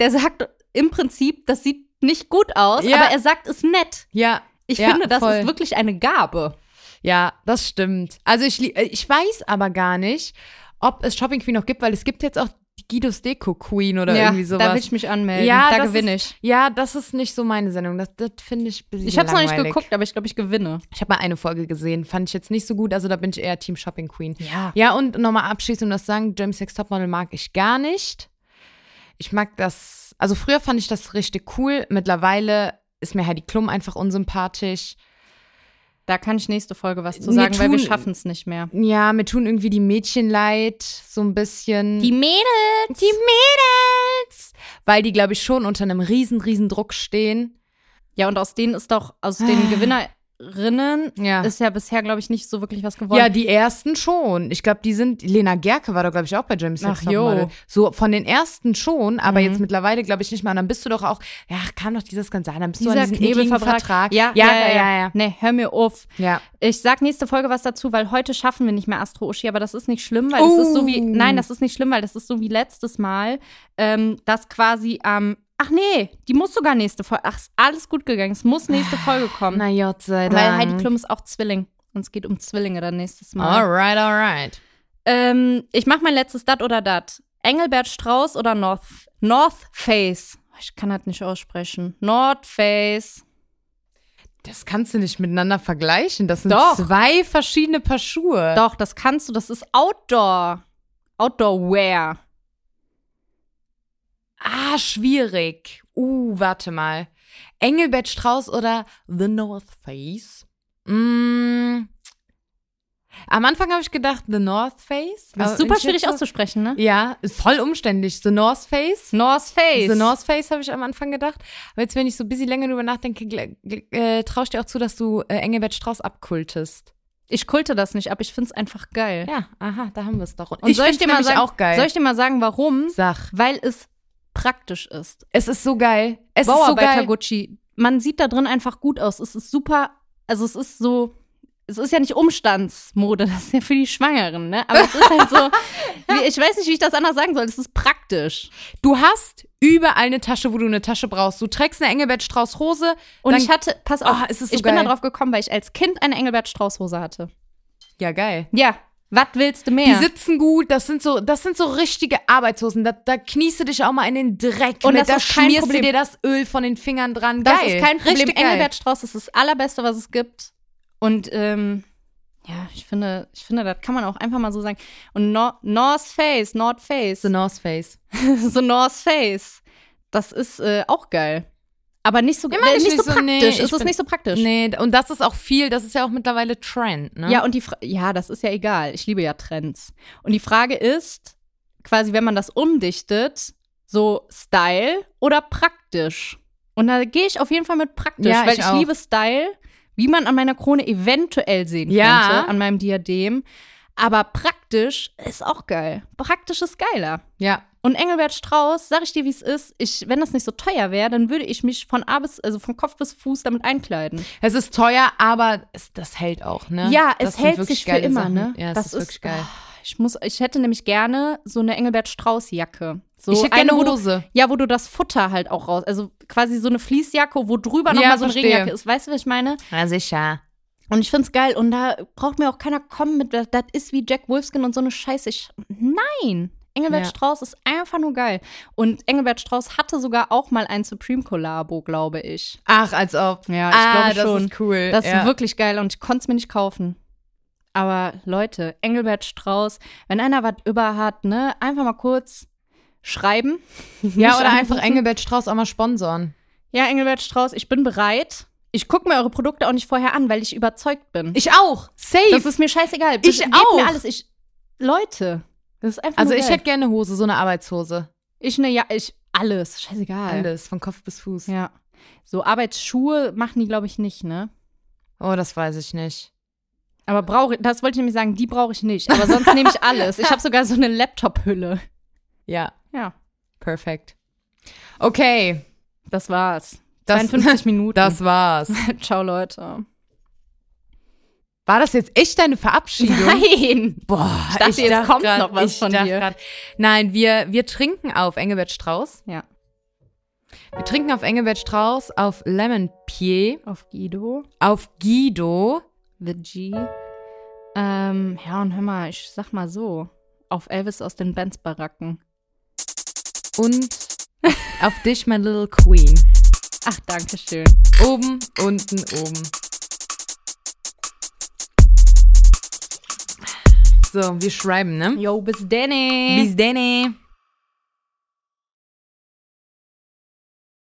der sagt im Prinzip, das sieht nicht gut aus, Ja. aber er sagt es nett. Ja. Ich Ja, finde, das voll. ist wirklich eine Gabe. Ja, das stimmt. Also ich, lie- äh, ich weiß aber gar nicht, ob es Shopping Queen noch gibt, weil es gibt jetzt auch die Guidos Deko Queen oder irgendwie sowas. Da will ich mich anmelden. Ja, da das gewinne ist, ich. Ja, das ist nicht so meine Sendung. Das, das finde ich ein bisschen Ich habe es noch nicht langweilig. geguckt, aber ich glaube, ich gewinne. Ich habe mal eine Folge gesehen, fand ich jetzt nicht so gut. Also da bin ich eher Team Shopping Queen. Ja. Ja, und nochmal abschließend um das zu sagen, James Sex Topmodel mag ich gar nicht. Ich mag das, also früher fand ich das richtig cool. Mittlerweile ist mir Heidi Klum einfach unsympathisch. Da kann ich nächste Folge was zu Mir sagen, weil wir tun- schaffen es nicht mehr. Ja, mir tun irgendwie die Mädchen leid, so ein bisschen. Hm. Die Mädels. Die Mädels! Weil die, glaube ich, schon unter einem riesen, riesen Druck stehen. Ja, und aus denen ist doch, aus den Gewinnerinnen Ja. ist ja bisher, glaube ich, nicht so wirklich was geworden. Ja, die ersten schon. Ich glaube, die sind. Lena Gerke war doch, glaube ich, auch bei James Ach, Next Topmodel. jo. So von den ersten schon, aber jetzt mittlerweile, glaube ich, nicht mehr. Und dann bist du doch auch. Ja, kam doch dieser Skandal. Dann bist du an diesen ekligen Vertrag. Ja ja ja, ja, Nee, hör mir auf. Ja. Ich sag nächste Folge was dazu, weil heute schaffen wir nicht mehr Astro Uschi, aber das ist nicht schlimm, weil das ist so wie. Oh. Nein, das ist nicht schlimm, weil das ist so wie letztes Mal, ähm, dass quasi am. ach nee, die muss sogar nächste Folge. Ach, ist alles gut gegangen. Es muss nächste Folge kommen. Na, Gott sei Dank. weil Heidi Klum ist auch Zwilling. Und es geht um Zwillinge dann nächstes Mal. Alright, alright. Ähm, ich mach mein letztes Dat oder Dat. Engelbert Strauß oder North? North Face. Ich kann das nicht aussprechen. North Face. Das kannst du nicht miteinander vergleichen. Das sind Doch. zwei verschiedene Paar Schuhe. Doch, das kannst du. Das ist Outdoor. Outdoor-Wear. Ah, schwierig. Uh, warte mal. Engelbert Strauß oder The North Face? Mm. Am Anfang habe ich gedacht, The North Face. Das Aber ist super wenn ich jetzt schwierig so- auszusprechen, ne? Ja, ist voll umständlich. The North Face. North Face. The North Face habe ich am Anfang gedacht. Aber jetzt, wenn ich so ein bisschen länger drüber nachdenke, gl- gl- äh, traue ich dir auch zu, dass du äh, Engelbert Strauß abkultest. ich kulte das nicht ab. Ich find's einfach geil. Ja, aha, da haben wir es doch. Und soll ich find's dir mal nämlich sagen, auch geil. Soll ich dir mal sagen, warum? Sag. Weil es praktisch ist. Es ist so geil. Es ist so Bauarbeiter geil. Gucci. Man sieht da drin einfach gut aus. Es ist super, also es ist so, es ist ja nicht Umstandsmode, [laughs] das ist ja für die Schwangeren, ne? Aber es ist halt [laughs] so, wie, ich weiß nicht, wie ich das anders sagen soll. Es ist praktisch. Du hast überall eine Tasche, wo du eine Tasche brauchst. Du trägst eine Engelbert Strauß Hose. Und dann, ich hatte, pass auf, Ah, es ist so ich bin geil. da drauf gekommen, weil ich als Kind eine Engelbert Strauß Hose hatte. ja geil. Ja, was willst du mehr? Die sitzen gut, das sind so, das sind so richtige Arbeitshosen. Da, da kniest du dich auch mal in den Dreck Und mit, das da ist kein schmierst Problem. du dir das Öl von den Fingern dran. Das geil. ist kein Problem. Richtig geil. Engelbert Strauß ist das allerbeste, was es gibt. Und ähm, ja, ich finde, ich finde, das kann man auch einfach mal so sagen. Und no North Face, North Face, The North Face. [laughs] so North Face, das ist äh, auch geil. Aber nicht so, Ja, meine äh, ich nicht so nicht so, praktisch. nee, ich es ist bin- nicht so praktisch. Nee, und das ist auch viel, das ist ja auch mittlerweile Trend, ne? Ja, und die Fra ja, das ist ja egal. Ich liebe ja Trends. Und die Frage ist, quasi, wenn man das umdichtet, so Style oder praktisch. Und da gehe ich auf jeden Fall mit praktisch, Ja, weil ich ich, auch. liebe Style, wie man an meiner Krone eventuell sehen Ja. könnte, an meinem Diadem. Aber praktisch ist auch geil. Praktisch ist geiler. Ja. Und Engelbert Strauß, sag ich dir, wie es ist, ich, wenn das nicht so teuer wäre, dann würde ich mich von A bis, also von Kopf bis Fuß damit einkleiden. Es ist teuer, aber es, das hält auch, ne? Ja, Das es sind hält wirklich sich für geile immer, Sachen. ne? Ja, es das ist wirklich geil. ah, Ich, muss, ich hätte nämlich gerne so eine Engelbert Strauß Jacke. So ich hätte eine, gerne wo du- Hose. Ja, wo du das Futter halt auch raus, also quasi so eine Fließjacke, wo drüber Ja, nochmal so eine verstehe. Regenjacke ist. Weißt du, was ich meine? Ja, sicher. Und ich find's geil und da braucht mir auch keiner kommen mit, das das ist wie Jack Wolfskin und so eine Scheiße. Ich, nein! Engelbert Ja. Strauß ist einfach nur geil. Und Engelbert Strauß hatte sogar auch mal ein Supreme-Kollabo, glaube ich. Ach, als ob. Ja, ich ah, glaube das schon. ist cool. Das ja. ist wirklich geil und ich konnte es mir nicht kaufen. Aber Leute, Engelbert Strauß, wenn einer was über hat, ne, einfach mal kurz [laughs] schreiben. ja, Nicht oder einfach anrufen. Engelbert Strauß auch mal sponsoren. Ja, Engelbert Strauß, ich bin bereit. Ich gucke mir eure Produkte auch nicht vorher an, weil ich überzeugt bin. Ich auch. Safe. das ist mir scheißegal. Ich Gebt auch. Mir alles. Ich, Leute, das ist einfach also nur ich geil. hätte gerne eine Hose, so eine Arbeitshose. ich ne, ja, ich alles, scheißegal. Alles, von Kopf bis Fuß. Ja. So Arbeitsschuhe machen die glaube ich nicht, ne? Oh, das weiß ich nicht. Aber brauche das wollte ich nämlich sagen, die brauche ich nicht, aber sonst nehme ich alles. Ich habe sogar so eine Laptop-Hülle. Ja, Ja, perfekt. Okay, das war's. das, [laughs] 52 Minuten. das war's. Ciao, Leute. [laughs] War das jetzt echt deine Verabschiedung? Nein! Boah, ich dachte, jetzt kommt grad- noch was ich von dachte dir. grad- nein, wir, wir trinken auf Engelbert Strauß. Ja, Wir trinken auf Engelbert Strauß, auf Lemon Pie, auf Guido, auf Guido. The G. Ähm, ja, und hör mal, ich sag mal so, auf Elvis aus den Benz-Baracken. und auf dich, my little queen. Ach, danke schön. Oben, unten, oben. So, wir schreiben, ne? Yo, bis denne. Bis denne.